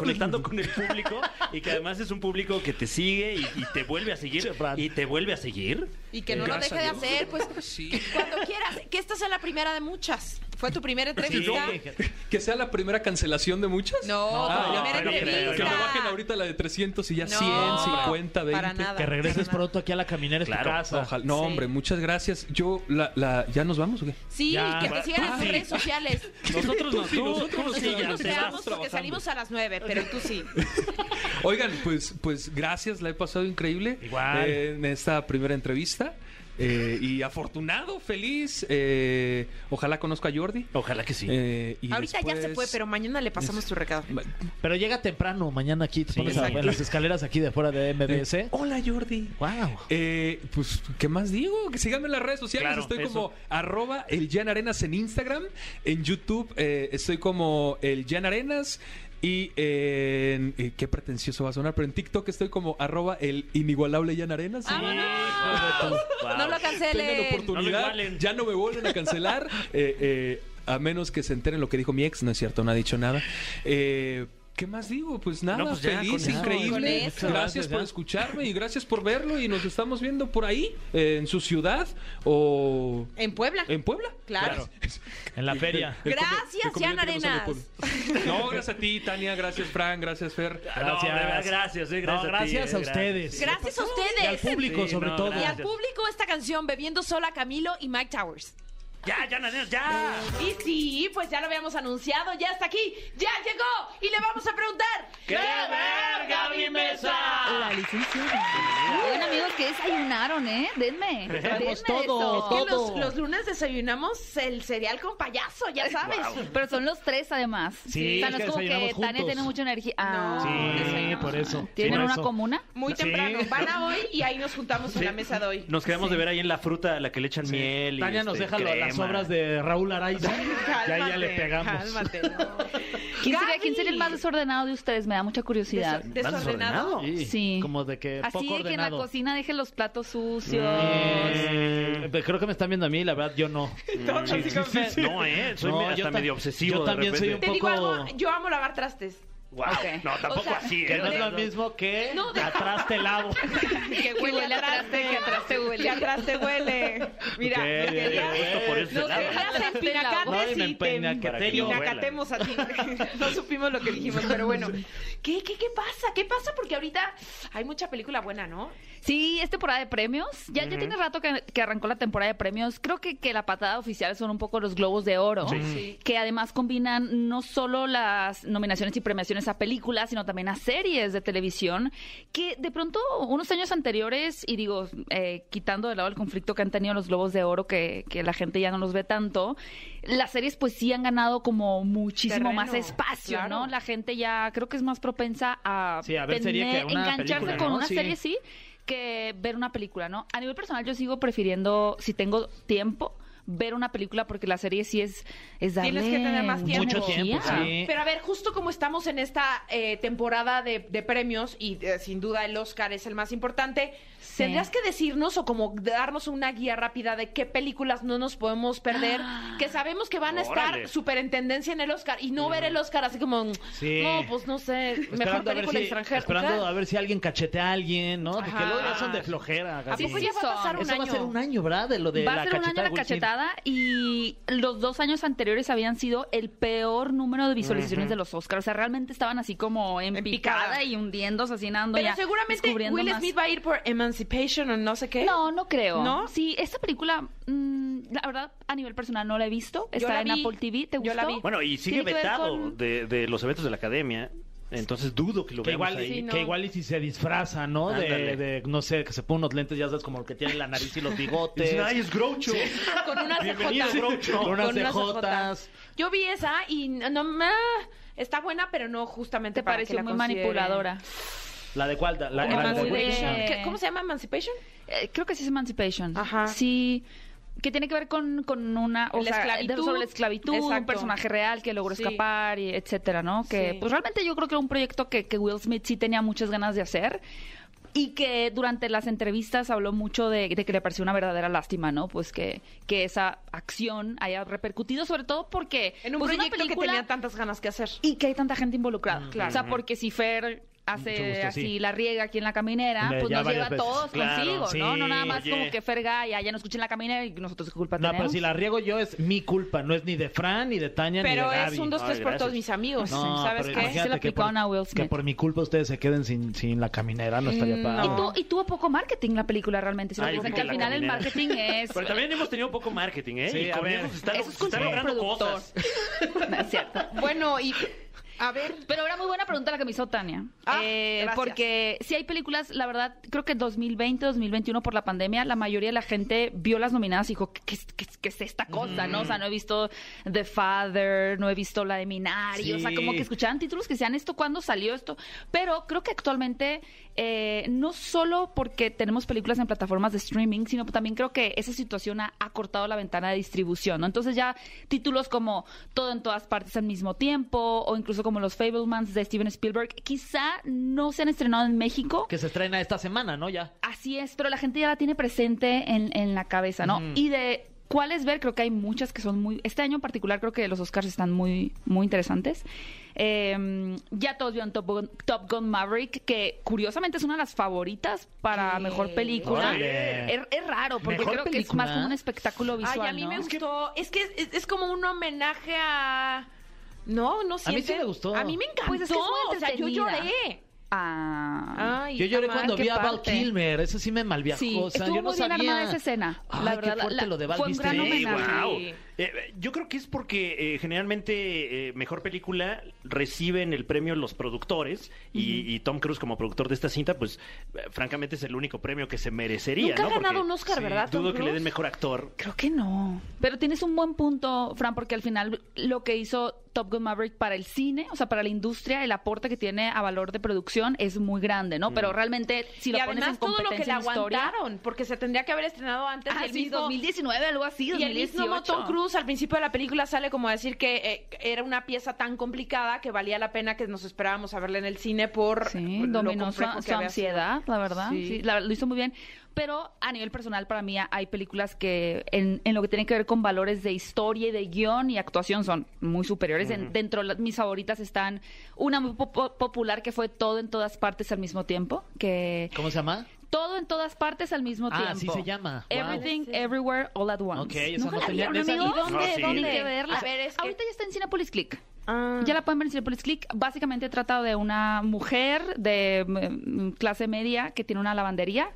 conectando con el público y que además es un público que te sigue y, y te vuelve a seguir
Che, Fran.
y te vuelve a seguir.
Y que no lo
Gracias
deje de
a Dios.
hacer, pues
Sí.
cuando quieras. Que esta sea la primera de muchas. Fue tu primera entrevista.
[laughs] ¿Que sea la primera cancelación de muchas?
No,
Ah,
tu
ya,
primera
pero que-
entrevista.
Que me bajen ahorita la de 300 y ya
No,
100, 50, 20.
Para nada.
Que regreses
para nada.
pronto aquí a la caminera de tu
Claro,
casa.
Ojalá. No,
Sí.
hombre, muchas gracias. Yo, la, la- ¿ya nos vamos o qué?
Sí,
Ya.
que te sigan en
Sí.
tus redes sociales.
Nosotros no,
Sí,
tú,
nosotros
tú
no,
sí,
nosotros
ya
Nos
te
quedamos
vas.
porque salimos a las nueve, pero tú sí.
Oigan, pues, pues gracias, la he pasado increíble
Igual.
eh, en esta primera entrevista. Eh, y afortunado, feliz. eh, ojalá conozca a Jordi.
Ojalá que Oh, sí.
Eh, y
Ahorita ya se
después-
fue, pero mañana le pasamos tu recado.
Pero llega temprano, mañana aquí, te pones a-
exacto.
en las escaleras aquí de fuera de MBS.
Hola Jordi.
¡Wow!
Eh, pues, ¿qué más digo? Que síganme en las redes sociales.
Claro,
estoy
eso.
como arroba el Jan Arenas en Instagram. En YouTube eh, estoy como el Jan Arenas. Y en... eh, qué pretencioso va a sonar, pero en TikTok estoy como arroba el inigualable Jan Arenas.
Ah, bueno.
Wow.
No lo
Tengan
cancelen.
No lo
oportunidad.
igualen.
ya no me vuelven
[laughs]
a cancelar. eh, eh, a menos que se enteren lo que dijo mi ex. No es cierto, no ha dicho nada. Eh, ¿Qué más digo? Pues nada,
No, pues ya,
feliz,
con eso.
Con
increíble.
eso.
Gracias por
Ya.
escucharme y gracias por verlo y nos estamos viendo por ahí, eh, en su ciudad o
En Puebla.
en Puebla.
Claro.
En la feria.
El com-
Gracias,
el
Jan
comediante no
Arenas.
sale de Puebla. No, gracias a ti, Tania, gracias Fran, gracias Fer.
Ah, No, de verdad, gracias, eh, gracias
No,
a ti,
gracias
eh,
a
gracias.
ustedes.
Gracias a
Y al
ustedes.
público,
Sí,
sobre
no,
todo.
Y al
gracias.
público esta canción, Bebiendo Sola, Camilo y Mike Towers.
Ya, ya, Naderos, ya.
Y sí, pues ya lo habíamos anunciado, ya está aquí, ya llegó y le vamos a preguntar.
¡Qué verga mi mesa!
La licenciada. Oigan, amigos, que desayunaron, ¿eh? Denme. denme
Traemos
de
todo,
esto.
Que
todo.
los, los lunes desayunamos el cereal con payaso, ya sabes.
Pero son los tres, además.
Sí,
o sea,
es
no es
que
como que
desayunamos
Tania
juntos.
tiene mucha energía.
No,
Ah,
Sí,
desayunamos.
por eso.
¿Tienen
por
una
eso.
comuna?
Muy
Sí.
temprano, van a hoy y ahí nos juntamos en la mesa de hoy.
Nos quedamos de ver ahí en la fruta a la que le echan miel. y,
Tania nos
este,
deja lo- las
crema.
obras de Raúl Araiza. y ahí ya
Cálmate,
le pegamos.
cálmate, no.
¿Quién sería,
Gaby.
quién sería el más desordenado de ustedes? Me da mucha curiosidad.
Desor- desordenado.
Sí,
Sí.
Como de que
Así
poco
de que en la
ordenado.
cocina dejen los platos sucios.
Eh, Creo que me están viendo a mí, la verdad, yo no.
Todos así como-
No, eh, soy
No,
me-
yo
hasta
ta-
medio obsesivo.
yo
de
también soy
repente.
Te digo
poco-
algo, yo amo lavar trastes.
Wow.
Ok.
No, tampoco
O sea,
[laughs]
así.
Que
¿eh?
no es lo mismo que
No, de-
atrás te lavo.
Que
huele a traste, que a traste huele.
Que a traste huele. Mira,
Ok,
nos
ya, ya,
querías-
justo
por eso
nos
se lava.
querías en
No, y
pinacates
me
y te
empeñaqueteño.
pinacatemos a ti. [laughs] No supimos lo que dijimos, pero bueno. ¿Qué, qué, qué pasa? ¿Qué pasa? Porque ahorita hay mucha película buena, ¿no?
Sí, es temporada de premios. Ya, ya tiene rato que, que arrancó la temporada de premios. Creo que, que la patada oficial son un poco los globos de oro, que además combinan no solo las nominaciones y premiaciones a películas, sino también a series de televisión, que de pronto unos años anteriores, y digo, eh, quitando de lado el conflicto que han tenido los globos de oro, que, que la gente ya no los ve tanto, las series pues sí han ganado como
Terreno,
muchísimo más espacio,
claro.
¿no? La gente ya creo que es más propensa a,
Sí, a ver serie que una
engancharse
película,
con
¿no?
una
Sí.
serie, sí, que ver una película, ¿no? A nivel personal yo sigo prefiriendo, si tengo tiempo, ver una película porque la serie sí es, es darle
Tienes que tener más tiempo.
Mucho
energía.
tiempo, sí.
Pero a ver, justo como estamos en esta eh, temporada de, de premios, y eh, sin duda el Oscar es el más importante, ¿tendrías que decirnos o como darnos una guía rápida de qué películas no nos podemos perder? Que sabemos que van a
Órale.
estar súper en tendencia en el Oscar y no ver el Oscar así como,
Sí.
no, pues no sé, mejor
Esperando a ver
película
si-
extranjera.
Esperando a ver si alguien cachetea a alguien, ¿no? De que
Ajá.
luego ya son de flojera.
¿A
así.
poco
Sí,
ya va a
son.
pasar un
Eso
año?
va a ser un año, ¿verdad? De lo de
Va
la
a ser un
cachetada.
año
de
la
Will Smith.
cachetada y los dos años anteriores habían sido el peor número de visualizaciones de los Oscars. O sea, realmente estaban así como en,
En
picada,
picada.
y hundiéndose, así nadando
Pero
ya,
seguramente
descubriendo
Will
más.
Smith va a ir por Emancipation o no sé qué.
No, no creo.
¿No?
Sí, esta película, mm, la verdad, a nivel personal no la he visto.
Yo
Está
la
en
vi.
Apple TV. ¿Te gustó?
Yo la vi.
Bueno, y sigue
Tiene que ver
vetado
con-
de, de los eventos de la academia. Entonces dudo que lo
Que
veamos
igual,
ahí.
Sí, no.
que igual y si se disfraza, ¿no?
Ándale.
De, de, no sé, que se pone unos lentes, ya sabes, como el que tiene la nariz y los bigotes.
Dicen, "Ay, es Groucho! [laughs]
Con una
Bienvenido,
CJ.
Groucho.
Con unas
Con unas
cejotas.
Yo vi esa y no, no me- está buena, pero no justamente
Te
para que
pareció
la
muy
consideren.
manipuladora.
¿La de cuál? La, la-
Como
la
más
de Ah. Will
de-
Smith.
¿Qué- ¿Cómo se llama Emancipation?
Eh, creo que sí es Emancipation.
Ajá.
Sí. Que tiene que ver con, con una. O
La
sea,
esclavitud.
de- sobre la esclavitud,
Exacto.
un personaje real que logró
Sí.
escapar, y etcétera, ¿no? Que
Sí.
pues realmente yo creo que era un proyecto que, que Will Smith sí tenía muchas ganas de hacer. Y que durante las entrevistas habló mucho de, de que le pareció una verdadera lástima, ¿no? Pues que, que esa acción haya repercutido, sobre todo porque.
En un
pues, una
proyecto que
película-
tenía tantas ganas que hacer.
y que hay tanta gente involucrada.
claro.
O sea, porque si Fer
Mucho
hace
gusto,
así
sí.
la riega aquí en la caminera,
Le-
pues
ya
nos lleva
varias
a
veces.
todos
Claro,
consigo,
sí.
¿no? No nada más
Oye.
como que Fer Gaya ya no escuchen la caminera y nosotros qué culpa
No, pero
tenemos.
si la riego yo es mi culpa, no es ni de Fran, ni de Tania,
Pero
ni de Gaby.
es un dos,
Ay,
tres por
gracias.
todos mis amigos.
No,
¿Sabes qué?
pero imagínate
Se la
que
aplicaron
por-
a Will Smith.
Que por mi culpa ustedes se queden sin, sin la caminera, no
Mm,
estaría padre.
Y, tú, y tuvo poco marketing la película realmente. Si lo
Ay,
piensan,
sí,
que al
la
final el
caminera.
marketing es...
Pero también hemos tenido poco marketing, ¿eh?
Sí,
y
a
con
ver.
eso se están,
Eso es
se están
culpa del
logrando
productor.
cosas.
[laughs] No es cierto.
Bueno, y a ver,
Pero era muy buena pregunta la que me hizo Tania.
Ah,
Eh,
gracias.
porque si hay películas, la verdad, creo que 2020, 2021 por la pandemia, la mayoría de la gente vio las nominadas y dijo, ¿qué, qué, qué- qué es esta cosa? ¿no? O sea, no he visto The Father, no he visto la de Minari, o sea, como
Sí.
que escuchaban títulos que decían esto, ¿cuándo salió esto? Pero creo que actualmente, eh, no solo porque tenemos películas en plataformas de streaming, sino también creo que esa situación ha acortado la ventana de distribución, ¿no? Entonces ya títulos como Todo en todas partes al mismo tiempo, o incluso como Los Fablemans de Steven Spielberg, quizá no se han estrenado en México.
Que se estrena esta semana, ¿no? Ya.
Así es, pero la gente ya la tiene presente en, en la cabeza, ¿no? Y de cuáles ver. Creo que hay muchas que son muy. Este año en particular, creo que los Oscars están muy, muy interesantes. Eh, ya todos vieron Top Gun, Top Gun Maverick, que curiosamente es una de las favoritas para mejor película.
Órale.
Es, es raro, porque
¿Mejor
creo que es
película?
más como un espectáculo visual.
Ay, a mí
¿no?
me gustó. Es que es, es como un homenaje a. No, no
sí
sienten.
me gustó.
A mí me encantó.
Pues es que es muy
o sea, yo
entretenida.
lloré.
Ah.
Ay,
Yo lloré
jamás.
cuando
qué
vi a Val
parte.
Kilmer, eso sí me malviajó.
Sí,
o sea,
estuvo
yo no
muy bien
sabía.
armada esa escena.
Ay,
la
qué
verdad, la-
fuerte
la-
lo de Val
fue un gran
Kilmer.
homenaje.
wow. Eh, yo creo que es porque eh, generalmente eh, mejor película reciben el premio los productores y, y Tom Cruise como productor de esta cinta, pues eh, francamente es el único premio que se merecería.
Nunca
¿no?
ha ganado
Porque
un Oscar, ¿verdad, Tom
Dudo que le
Cruise?
den mejor actor.
Creo que no. Pero tienes un buen punto, Fran, porque al final lo que hizo Top Gun Maverick para el cine, o sea, para la industria, el aporte que tiene a valor de producción es muy grande, ¿no? Pero realmente, si lo
Mm. y
pones en
además todo lo que le
competencia en historia...
aguantaron, porque se tendría que haber estrenado antes
Ah,
del
sí,
mismo
2019, algo así,
Y el
2018.
mismo Tom Cruise al principio de la película sale como a decir que eh, era una pieza tan complicada que valía la pena que nos esperábamos a verla en el cine por lo
Sí, dominó su,
complejo que
su
había sido.
ansiedad, la verdad.
Sí.
Sí, la- lo hizo muy bien. Pero a nivel personal, para mí hay películas que en, en lo que tienen que ver con valores de historia y de guión y actuación son muy superiores. En- dentro de las- mis favoritas están una muy po- po- popular que fue Todo en todas partes al mismo tiempo, que
¿Cómo se llama?
todo en todas partes al mismo
Ah,
tiempo.
así se llama. Wow.
Everything, Everywhere, All at Once.
Ok, esa
¿Nunca
no
la
tenía-
vieron,
esa-
amigos?
¿Y
dónde,
Sí.
dónde?
Tienen que verla.
A ver, es que-
Ahorita ya está en Cinepolis Click.
Ah.
Ya la pueden ver en Cinepolis Click. Básicamente trata de una mujer de mm, clase media que tiene una lavandería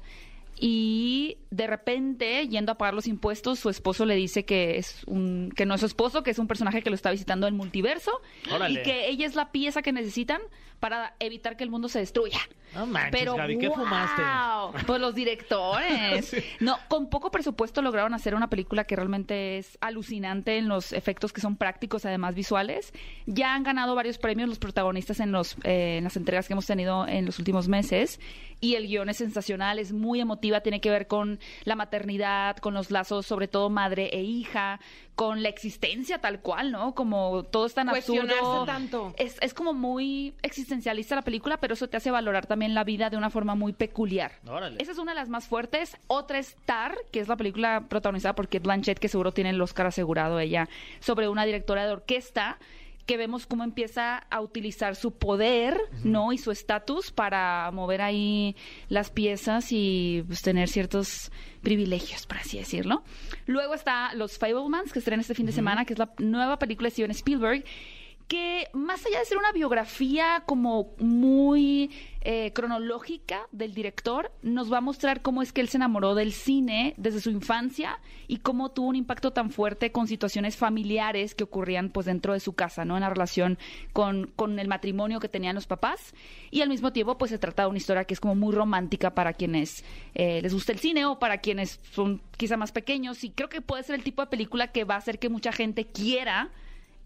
y de repente yendo a pagar los impuestos su esposo le dice que es un que no es su esposo que es un personaje que lo está visitando el multiverso
Órale.
y que ella es la pieza que necesitan para evitar que el mundo se destruya
No manches,
pero
Gaby, ¿qué
¡guau!
fumaste?
Pues los
[laughs]
directores. No, con poco presupuesto lograron hacer una película que realmente es alucinante en los efectos que son prácticos, además visuales. Ya han ganado varios premios los protagonistas en los eh, en las entregas que hemos tenido en los últimos meses y el guión es sensacional, es muy emotiva, tiene que ver con la maternidad, con los lazos sobre todo madre e hija, con la existencia tal cual, ¿no? Como todo es tan absurdo.
Cuestionarse tanto.
Es, es como muy existencialista la película, pero eso te hace valorar también la vida de una forma muy peculiar.
Órale.
Esa es una de las más fuertes. Otra es Tar, que es la película protagonizada por Kate Blanchett, que seguro tiene el Oscar asegurado ella, sobre una directora de orquesta que vemos cómo empieza a utilizar su poder, ¿no? Y su estatus para mover ahí las piezas y pues, tener ciertos privilegios, por así decirlo. Luego está Los Fablemans, que estrena este fin de semana, que es la nueva película de Steven Spielberg que más allá de ser una biografía como muy eh, cronológica del director, nos va a mostrar cómo es que él se enamoró del cine desde su infancia y cómo tuvo un impacto tan fuerte con situaciones familiares que ocurrían pues dentro de su casa, ¿no? En la relación con, con el matrimonio que tenían los papás. Y al mismo tiempo pues se trata de una historia que es como muy romántica para quienes eh, les gusta el cine o para quienes son quizá más pequeños. Y creo que puede ser el tipo de película que va a hacer que mucha gente quiera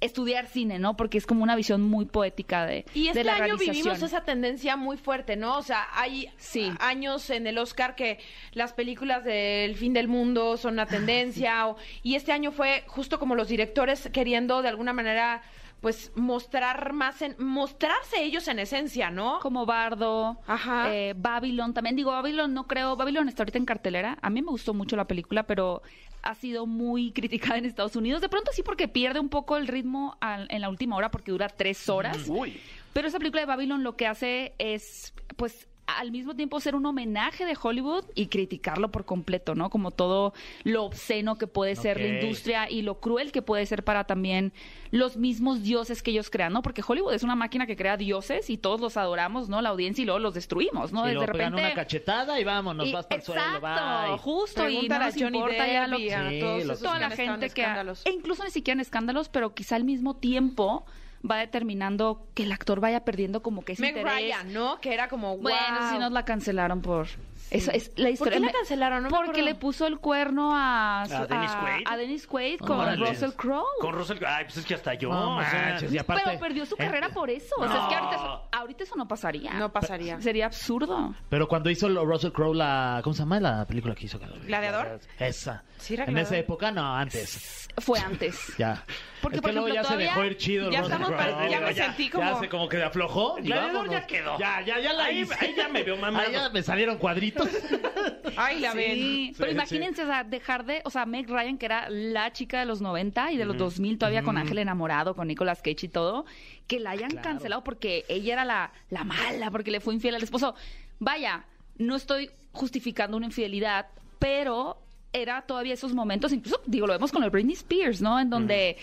estudiar cine, ¿no? Porque es como una visión muy poética de,
Y este
de la
año
realización.
vivimos esa tendencia muy fuerte, ¿no? O sea, hay
Sí.
años en el Oscar que las películas del fin del mundo son
Ah,
una tendencia. o- y este año fue justo como los directores queriendo de alguna manera, pues, mostrar más, en, mostrarse ellos en esencia, ¿no?
como Bardo,
Ajá.
eh, Babylon también. Digo, Babylon no creo, Babylon está ahorita en cartelera. A mí me gustó mucho la película, pero ha sido muy [laughs] criticada en Estados Unidos. De pronto sí porque pierde un poco el ritmo al- en la última hora porque dura tres horas.
Uy.
Pero esa película de Babylon lo que hace es, pues, al mismo tiempo ser un homenaje de Hollywood y criticarlo por completo, ¿no? Como todo lo obsceno que puede ser la
Ok.
industria y lo cruel que puede ser para también los mismos dioses que ellos crean, ¿no? Porque Hollywood es una máquina que crea dioses y todos los adoramos, ¿no? La audiencia y luego los destruimos, ¿no?
y
Desde
luego pegan
repente
una cachetada y vámonos,
y-
vas para el suelo,
exacto,
bye.
justo y no
Pregúntale
nos importa ya lo
Depp y
que
a
Sí,
todos
lo-
esos
toda la
han estado en
gente que
escándalos.
e incluso ni siquiera en escándalos pero quizá al mismo tiempo va determinando que el actor vaya perdiendo como que ese
Meg
interés
Ryan, ¿no? Que era como,
bueno
wow.
si nos la cancelaron por eso es la historia
qué la
me-
cancelaron? No me
porque
acuerdo.
le puso el cuerno a su-
¿A Dennis Quaid?
a Dennis Quaid con
Órale.
Russell Crowe
Con Russell Crowe. Ay, pues es que hasta yo.
No
o sea,
manches, y aparte...
pero perdió su
eh,
carrera por eso o sea es que ahorita
No.
eso, ahorita eso no pasaría
No pasaría.
[laughs] sería absurdo
Pero cuando hizo lo- Russell Crowe la... ¿Cómo se llama la película que hizo?
¿Gladiador?
Esa.
Sí, era
en esa
Gladiador.
época, no, antes.
fue antes
Ya.
Porque,
es que
por
luego
ejemplo,
ya
todavía-
se dejó ir chido el
ya
Russell
estamos
Crowe.
pare- ya me
Digo,
sentí como-
Ya se como que aflojó. y
Gladiador
vámonos.
ya quedó.
Ya, ya, ya la
Ahí-
hice.
ahí ya me veo mamado.
Ahí ya me salieron cuadritos.
[laughs]
Ay, la ven.
Sí, pero imagínense, o sea, dejar de, o sea, Meg Ryan, que era la chica de los 90 y de los 2000, todavía con Ángel enamorado, con Nicolas Cage y todo, que la hayan cancelado porque ella era la, la mala, porque le fue infiel al esposo. Vaya, no estoy justificando una infidelidad, pero era todavía esos momentos, incluso, digo, lo vemos con el Britney Spears, ¿no? En donde...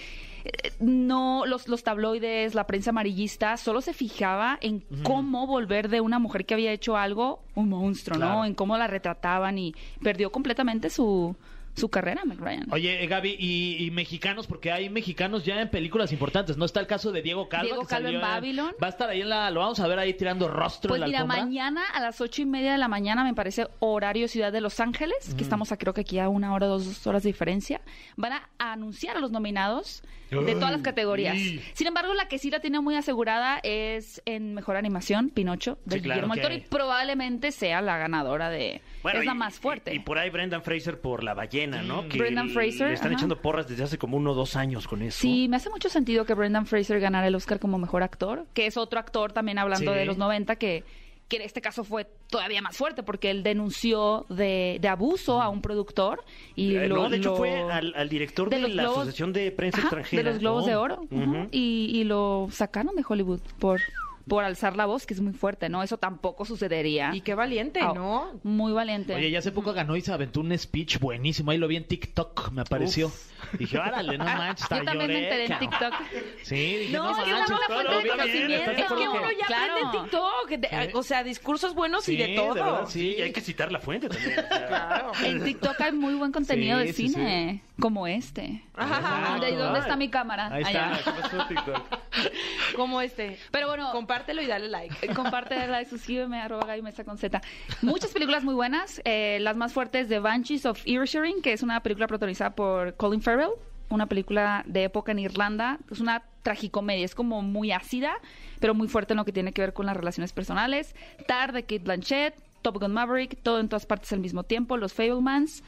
eh, No, los, los tabloides, la prensa amarillista, solo se fijaba en cómo volver de una mujer que había hecho algo un monstruo,
Claro.
¿no? En cómo la retrataban y perdió completamente su, su carrera, Meg Ryan.
Oye, eh, Gaby, y, y mexicanos, porque hay mexicanos ya en películas importantes, ¿no? Está el caso de Diego Calva.
Diego
que
Calva en
salió
Babylon.
Va a estar ahí en la... Lo vamos a ver ahí tirando rostro
Pues
en la
mira,
alfombra.
mañana a las ocho y media de la mañana, me parece, horario Ciudad de Los Ángeles,
Mm.
que estamos a, creo que aquí a una hora, dos, horas de diferencia, van a anunciar a los nominados de todas las categorías. Sin embargo, la que sí la tiene muy asegurada es en Mejor Animación, Pinocho, de
Sí, claro,
Guillermo del Toro,
ok.
y probablemente sea la ganadora de...
Bueno,
es la
y-
más fuerte. Mm.
Y, y por ahí Brendan Fraser por La Ballena, ¿no? Que
Brendan
le-
Fraser,
Le están
ajá.
echando porras desde hace como uno o dos años con eso.
Sí, me hace mucho sentido que Brendan Fraser ganara el Oscar como mejor actor, que es otro actor también hablando
Sí.
de los 90 que que en este caso fue todavía más fuerte porque él denunció de, de abuso a un productor y
Eh,
lo-
no, de hecho
lo-
fue al, al director de,
los
la
Globos-
Asociación de Prensa
Ajá,
Extranjera.
de los Globos
¿no? mm,
de Oro ujú,
Ujú.
y, y lo sacaron de Hollywood por por alzar la voz que es muy fuerte, no eso tampoco sucedería.
Y qué valiente,
Ah,
¿no?
Muy valiente.
Oye, ya hace poco ganó y se aventó un speech buenísimo. Ahí lo vi en TikTok, me apareció. Dije, órale, no manches, hasta
[laughs] Ah, Yo también me
lloré,
enteré en
cabrón.
TikTok.
[laughs] Sí, dije,
No,
no,
es que es
manches,
una
todo
fuente de
bien,
conocimiento.
está
Es que
como
uno ya
Claro.
aprende TikTok. de-
Sí.
O sea, discursos buenos
Sí,
y de todo.
de verdad,
Sí,
sí.
y hay que citar la fuente también. o
[laughs]
sea. ah,
En TikTok hay muy buen contenido
Sí,
de
sí,
cine, como este.
Ajá.
¿Dónde, dónde está mi cámara?
Ah, Ahí
Allá.
está.
Como este.
Pero bueno,
Compártelo y dale like. Eh,
[laughs] comparte, like, suscríbeme, arroba Gaby Mesa con Z. Muchas películas muy buenas. eh, las más fuertes de Banshees of Inisherin, que es una película protagonizada por Colin Farrell. Una película de época en Irlanda. Es una tragicomedia. Es como muy ácida, pero muy fuerte en lo que tiene que ver con las relaciones personales. Tar de Kate Blanchett. Top Gun Maverick. Todo en todas partes al mismo tiempo. Los Fablemans.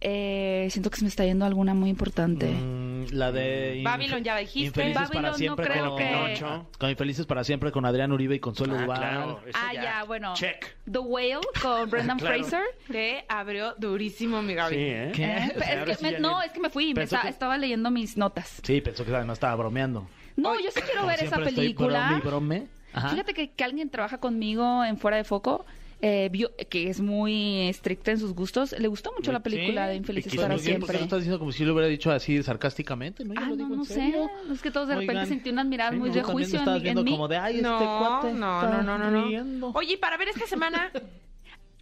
eh, siento que se me está yendo alguna muy importante.
Mm, La de.
Babylon, ya dijiste.
Infelices
Babylon,
para
no
siempre
creo
con.
que-
Pinocho.
Con Infelices para siempre con Adrián Uribe y Consuelo
Ah,
Duval.
claro, eso
Ah, ya, bueno.
Check.
The Whale
[laughs]
con Brendan
Claro.
Fraser.
Te abrió durísimo, mi
Sí,
Gaby.
¿eh?
¿Qué?
Eh,
O sea,
es
pues ahora
que
sí
me-
ya
no,
le-
es que me fui, me
Pensó
esta-
que-
estaba leyendo mis notas.
Sí, pensó que no estaba bromeando.
No, yo sí quiero
Como
ver esa
siempre estoy
película.
brome y brome. Ajá.
Fíjate que, que alguien trabaja conmigo en Fuera de Foco, eh, vio- que es muy estricta en sus gustos. Le gustó mucho la película
Sí,
de Infelices
y
para
quiso- pues, ¿Por qué
siempre.
lo estás diciendo como si lo hubiera dicho así sarcásticamente? No, Yo
Ah,
lo
no,
digo en
no sé.
serio.
Es que todos de repente
Oigan.
sentí unas miradas
Sí,
muy
no,
de
también
juicio
lo
en,
estabas
mi- en
viendo
mí.
como de, ay, este
No,
cuate
no, no,
está
no, no, no.
riendo.
Oye, ¿y para ver esta semana,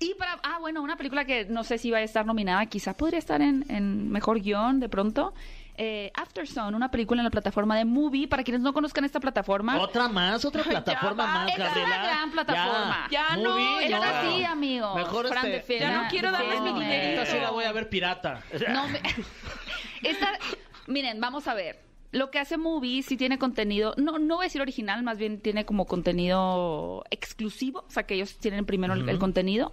Y para, ah, bueno, una película que no sé si va a estar nominada, quizá podría estar en, en mejor guión de pronto. Eh, After Sun, una película en la plataforma de Movie. Para quienes no conozcan esta plataforma,
Otra más,
[laughs]
otra plataforma
va,
más,
es una
Gabriela.
gran plataforma.
Ya
muy
no,
bien,
Era
ya
así, amigo.
Mejor
Fran
este-
de Fiel.
ya no quiero darles mi
No,
dinerito.
Esta sí la voy a ver pirata. [laughs]
No me- [laughs] Esta- Miren, vamos a ver. Lo que hace Movie sí tiene contenido, no, no voy a decir original, más bien tiene como contenido exclusivo, o sea que ellos tienen primero el- el contenido.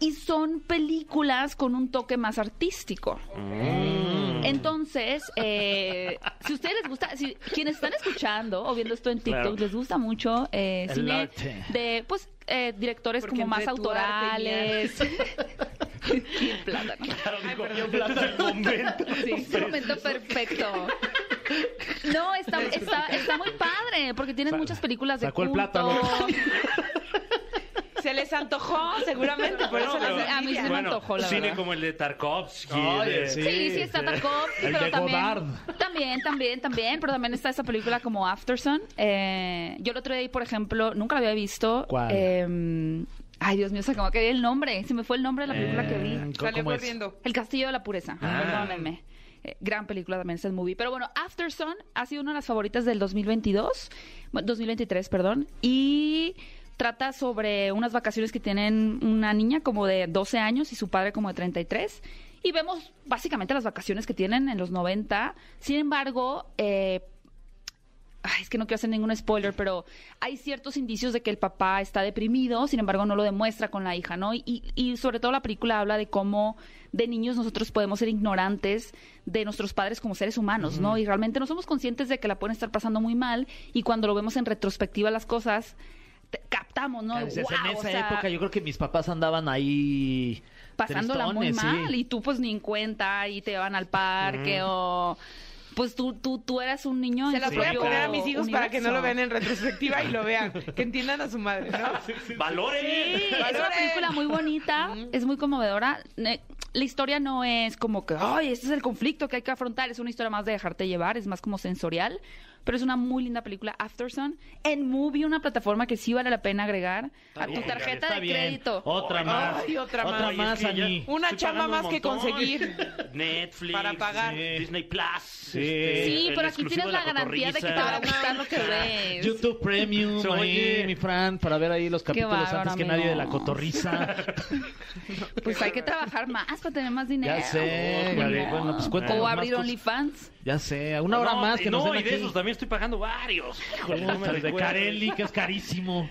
Y son películas con un toque más artístico.
Mm.
Entonces, eh, si a ustedes les gusta, si quienes están escuchando o viendo esto en TikTok,
Claro.
les gusta mucho eh,
El
cine
arte.
de pues eh, directores
Porque
como más
entre tu arte y mi [laughs]
autorales. Y el plátano. Sí, es
[laughs]
un momento perfecto. No, está, está, está muy padre, porque tienen muchas películas de
sacó el
culto.
plátano.
se les antojó seguramente, por eso
No, pero-
les
A mí se me
envidia.
antojó, la
cine
verdad.
como el de Tarkovsky.
Oye,
de-
sí.
Sí, sí, está Tarkovsky,
El
pero
de Godard.
también, también, también, también, pero también está esa película como Afterson. Eh, yo el otro día, por ejemplo, nunca la había visto.
¿Cuál?
Eh, ay, Dios mío, se acabó que el nombre, se me fue el nombre de [laughs] la película
Eh,
que vi.
¿Cómo-
Salió
cómo es?
corriendo.
El Castillo de la Pureza,
Ah.
perdónenme. Eh, gran película también es el movie. Pero bueno, After Sun ha sido una de las favoritas del 2022, bueno, 2023, perdón. Y trata sobre unas vacaciones que tienen una niña como de 12 años y su padre como de 33. Y vemos básicamente las vacaciones que tienen en los 90. Sin embargo, eh, Ay, es que no quiero hacer ningún spoiler, pero hay ciertos indicios de que el papá está deprimido, sin embargo no lo demuestra con la hija, ¿no? Y, y sobre todo la película habla de cómo de niños nosotros podemos ser ignorantes de nuestros padres como seres humanos, ¿no? Y realmente no somos conscientes de que la pueden estar pasando muy mal y cuando lo vemos en retrospectiva las cosas te- captamos, ¿no?
Cabezas. Ah, en
Guau, o
esa
sea,
época yo creo que mis papás andaban ahí
pasándola muy
tristones, sí.
mal y tú pues ni en cuenta y te van al parque o pues tú tú tú eras un niño
Se
en
las
su
voy a
propio
poner a mis hijos para que no lo vean
universo.
en retrospectiva y lo vean. Que entiendan a su madre, ¿no?
¡Valores!
Sí, es una película muy bonita, es muy conmovedora. Ne- La historia no es como que, ay, este es el conflicto que hay que afrontar, es una historia más de dejarte llevar, es más como sensorial, pero es una muy linda película. Aftersun, en Movie, una plataforma que sí vale la pena agregar a tu
bien,
tarjeta
está
de
bien.
crédito.
Otra más.
Ay, otra
otra
más.
más,
ya
Ani.
Una
estoy
chamba
pagando
más
un
que
montón.
conseguir.
Netflix.
Para pagar.
sí, Disney Plus.
Eh,
Sí, pero aquí tienes la, garantía este, de que te va a
cotorriza.
gustar [laughs] lo que ves.
YouTube Premium,
Se [laughs]
ahí,
oye.
mi Fran, para ver ahí los capítulos
bárbaro,
antes que nadie de la
amigos.
cotorriza.
[laughs] Pues hay que trabajar más para tener más dinero.
Ya sé,
Ni
Gaby,
modo.
bueno, pues cuéntanos
o
más
abrir
cosas.
OnlyFans.
ya sé, una hora más que nos
No,
den
y de
aquí.
esos también estoy pagando varios. Híjole, no me
Puta, el de
recuerdo.
Carelli, que es carísimo.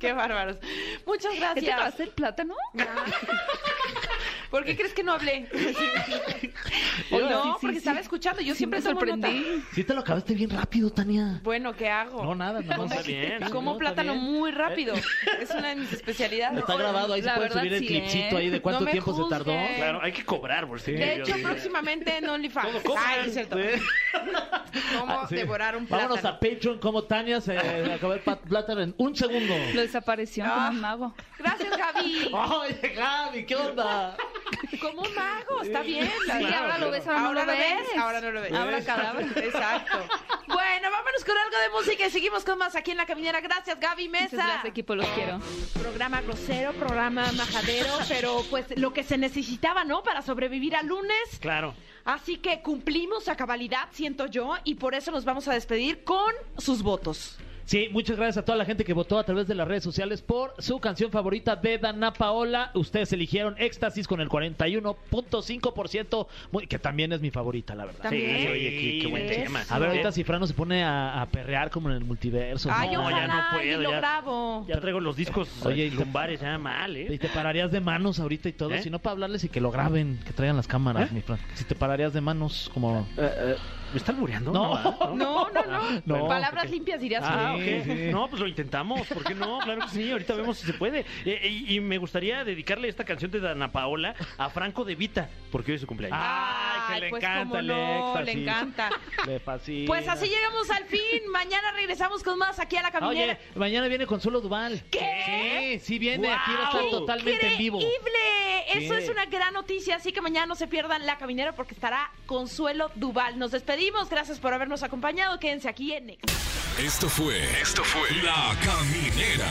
Qué bárbaros. Muchas
¿Este te va a
gracias.
hacer plátano?
¿Por qué crees que no
[laughs]
hablé?
Oye,
no,
sí, sí,
porque
sí.
estaba escuchando. Yo
Sí,
siempre
me
tomo
sorprendí.
nota.
Sí te lo acabaste bien rápido, Tania.
Bueno, ¿qué hago?
No, nada, no.
Está bien. Eh,
Como
No, está
plátano
bien.
muy rápido. Es una de mis especialidades.
Está grabado, ahí se
La
puede
verdad,
subir el
sí,
clipcito
¿eh?
ahí de cuánto
No me
tiempo se tardó.
juzguen.
Claro, hay que cobrar, por si
De hecho, próximamente en OnlyFans. Ay, no es cierto. [laughs] ¿Cómo
ah, Sí.
devorar un plátano?
Vámonos a Patreon como Tania se le acabó el pat- plátano en un
[laughs]
segundo.
Lo desapareció como un mago.
Gracias, Gaby.
Oh, Oye, Gaby, ¿qué onda?
Como un mago, está bien.
Sí, ahora lo ves, ahora no lo ves.
Ahora no lo ves.
Ahora cadabra.
[laughs] Exacto. Bueno, vámonos con algo de música y seguimos con más aquí en La Caminera. Gracias, Gaby
Muchas
Mesa.
gracias, equipo, los quiero.
Programa grosero, programa [laughs] majadero, pero pues lo que se necesitaba, ¿no? Para sobrevivir al lunes.
Claro.
Así que cumplimos a cabalidad, siento yo, y por eso nos vamos a despedir con sus votos.
Sí, muchas gracias a toda la gente que votó a través de las redes sociales por su canción favorita de Dana Paola. Ustedes eligieron Éxtasis con el 41.5%, muy- que también es mi favorita, la verdad.
También.
Sí, oye, qué, qué buen
¿Ves?
tema.
A ver, ahorita
sí.
si Fran no se pone a, a perrear como en el multiverso.
Ay,
¿no?
ya
ojalá,
no puedo,
y lo
ya.
grabo.
Ya traigo los discos
Oye,
Oye,
y-
lumbares ya mal,
Y
¿eh?
te pararías de manos ahorita y todo,
¿Eh?
sino para hablarles y que lo graben, que traigan las cámaras, mi Fran. Si te pararías de manos, como...
Eh. ¿Me está albureando?
No.
¿verdad? [laughs]
No, no, no.
No,
Palabras limpias dirías.
Ah,
tú.
Sí,
ok.
sí.
No, pues lo intentamos, ¿por qué no? Claro que sí, ahorita vemos si se puede. Eh, y, y me gustaría dedicarle esta canción de Dana Paola a Franco De Vita, porque hoy es su cumpleaños.
Ah, Ay, que le
pues
encanta
cómo
el
no, le
éxtasis.
encanta.
Le fascina.
Pues así llegamos al fin. Mañana regresamos con más aquí a la
Ah,
caminera.
Oye, mañana viene Consuelo Duval.
¿Qué?
Sí, sí viene, aquí va a estar
¡Guau!
totalmente en vivo.
¡Increíble! Eso
Sí.
es una gran noticia, así que mañana no se pierdan la caminera porque estará Consuelo Duval. Nos despedimos, gracias por habernos acompañado. Quédense aquí en Next.
Esto fue. Esto fue. La Caminera.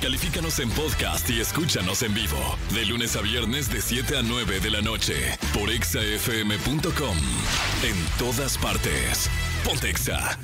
Califícanos en podcast y escúchanos en vivo. De lunes a viernes, de 7 a 9 de la noche. Por exafm.com. En todas partes. Pontexa.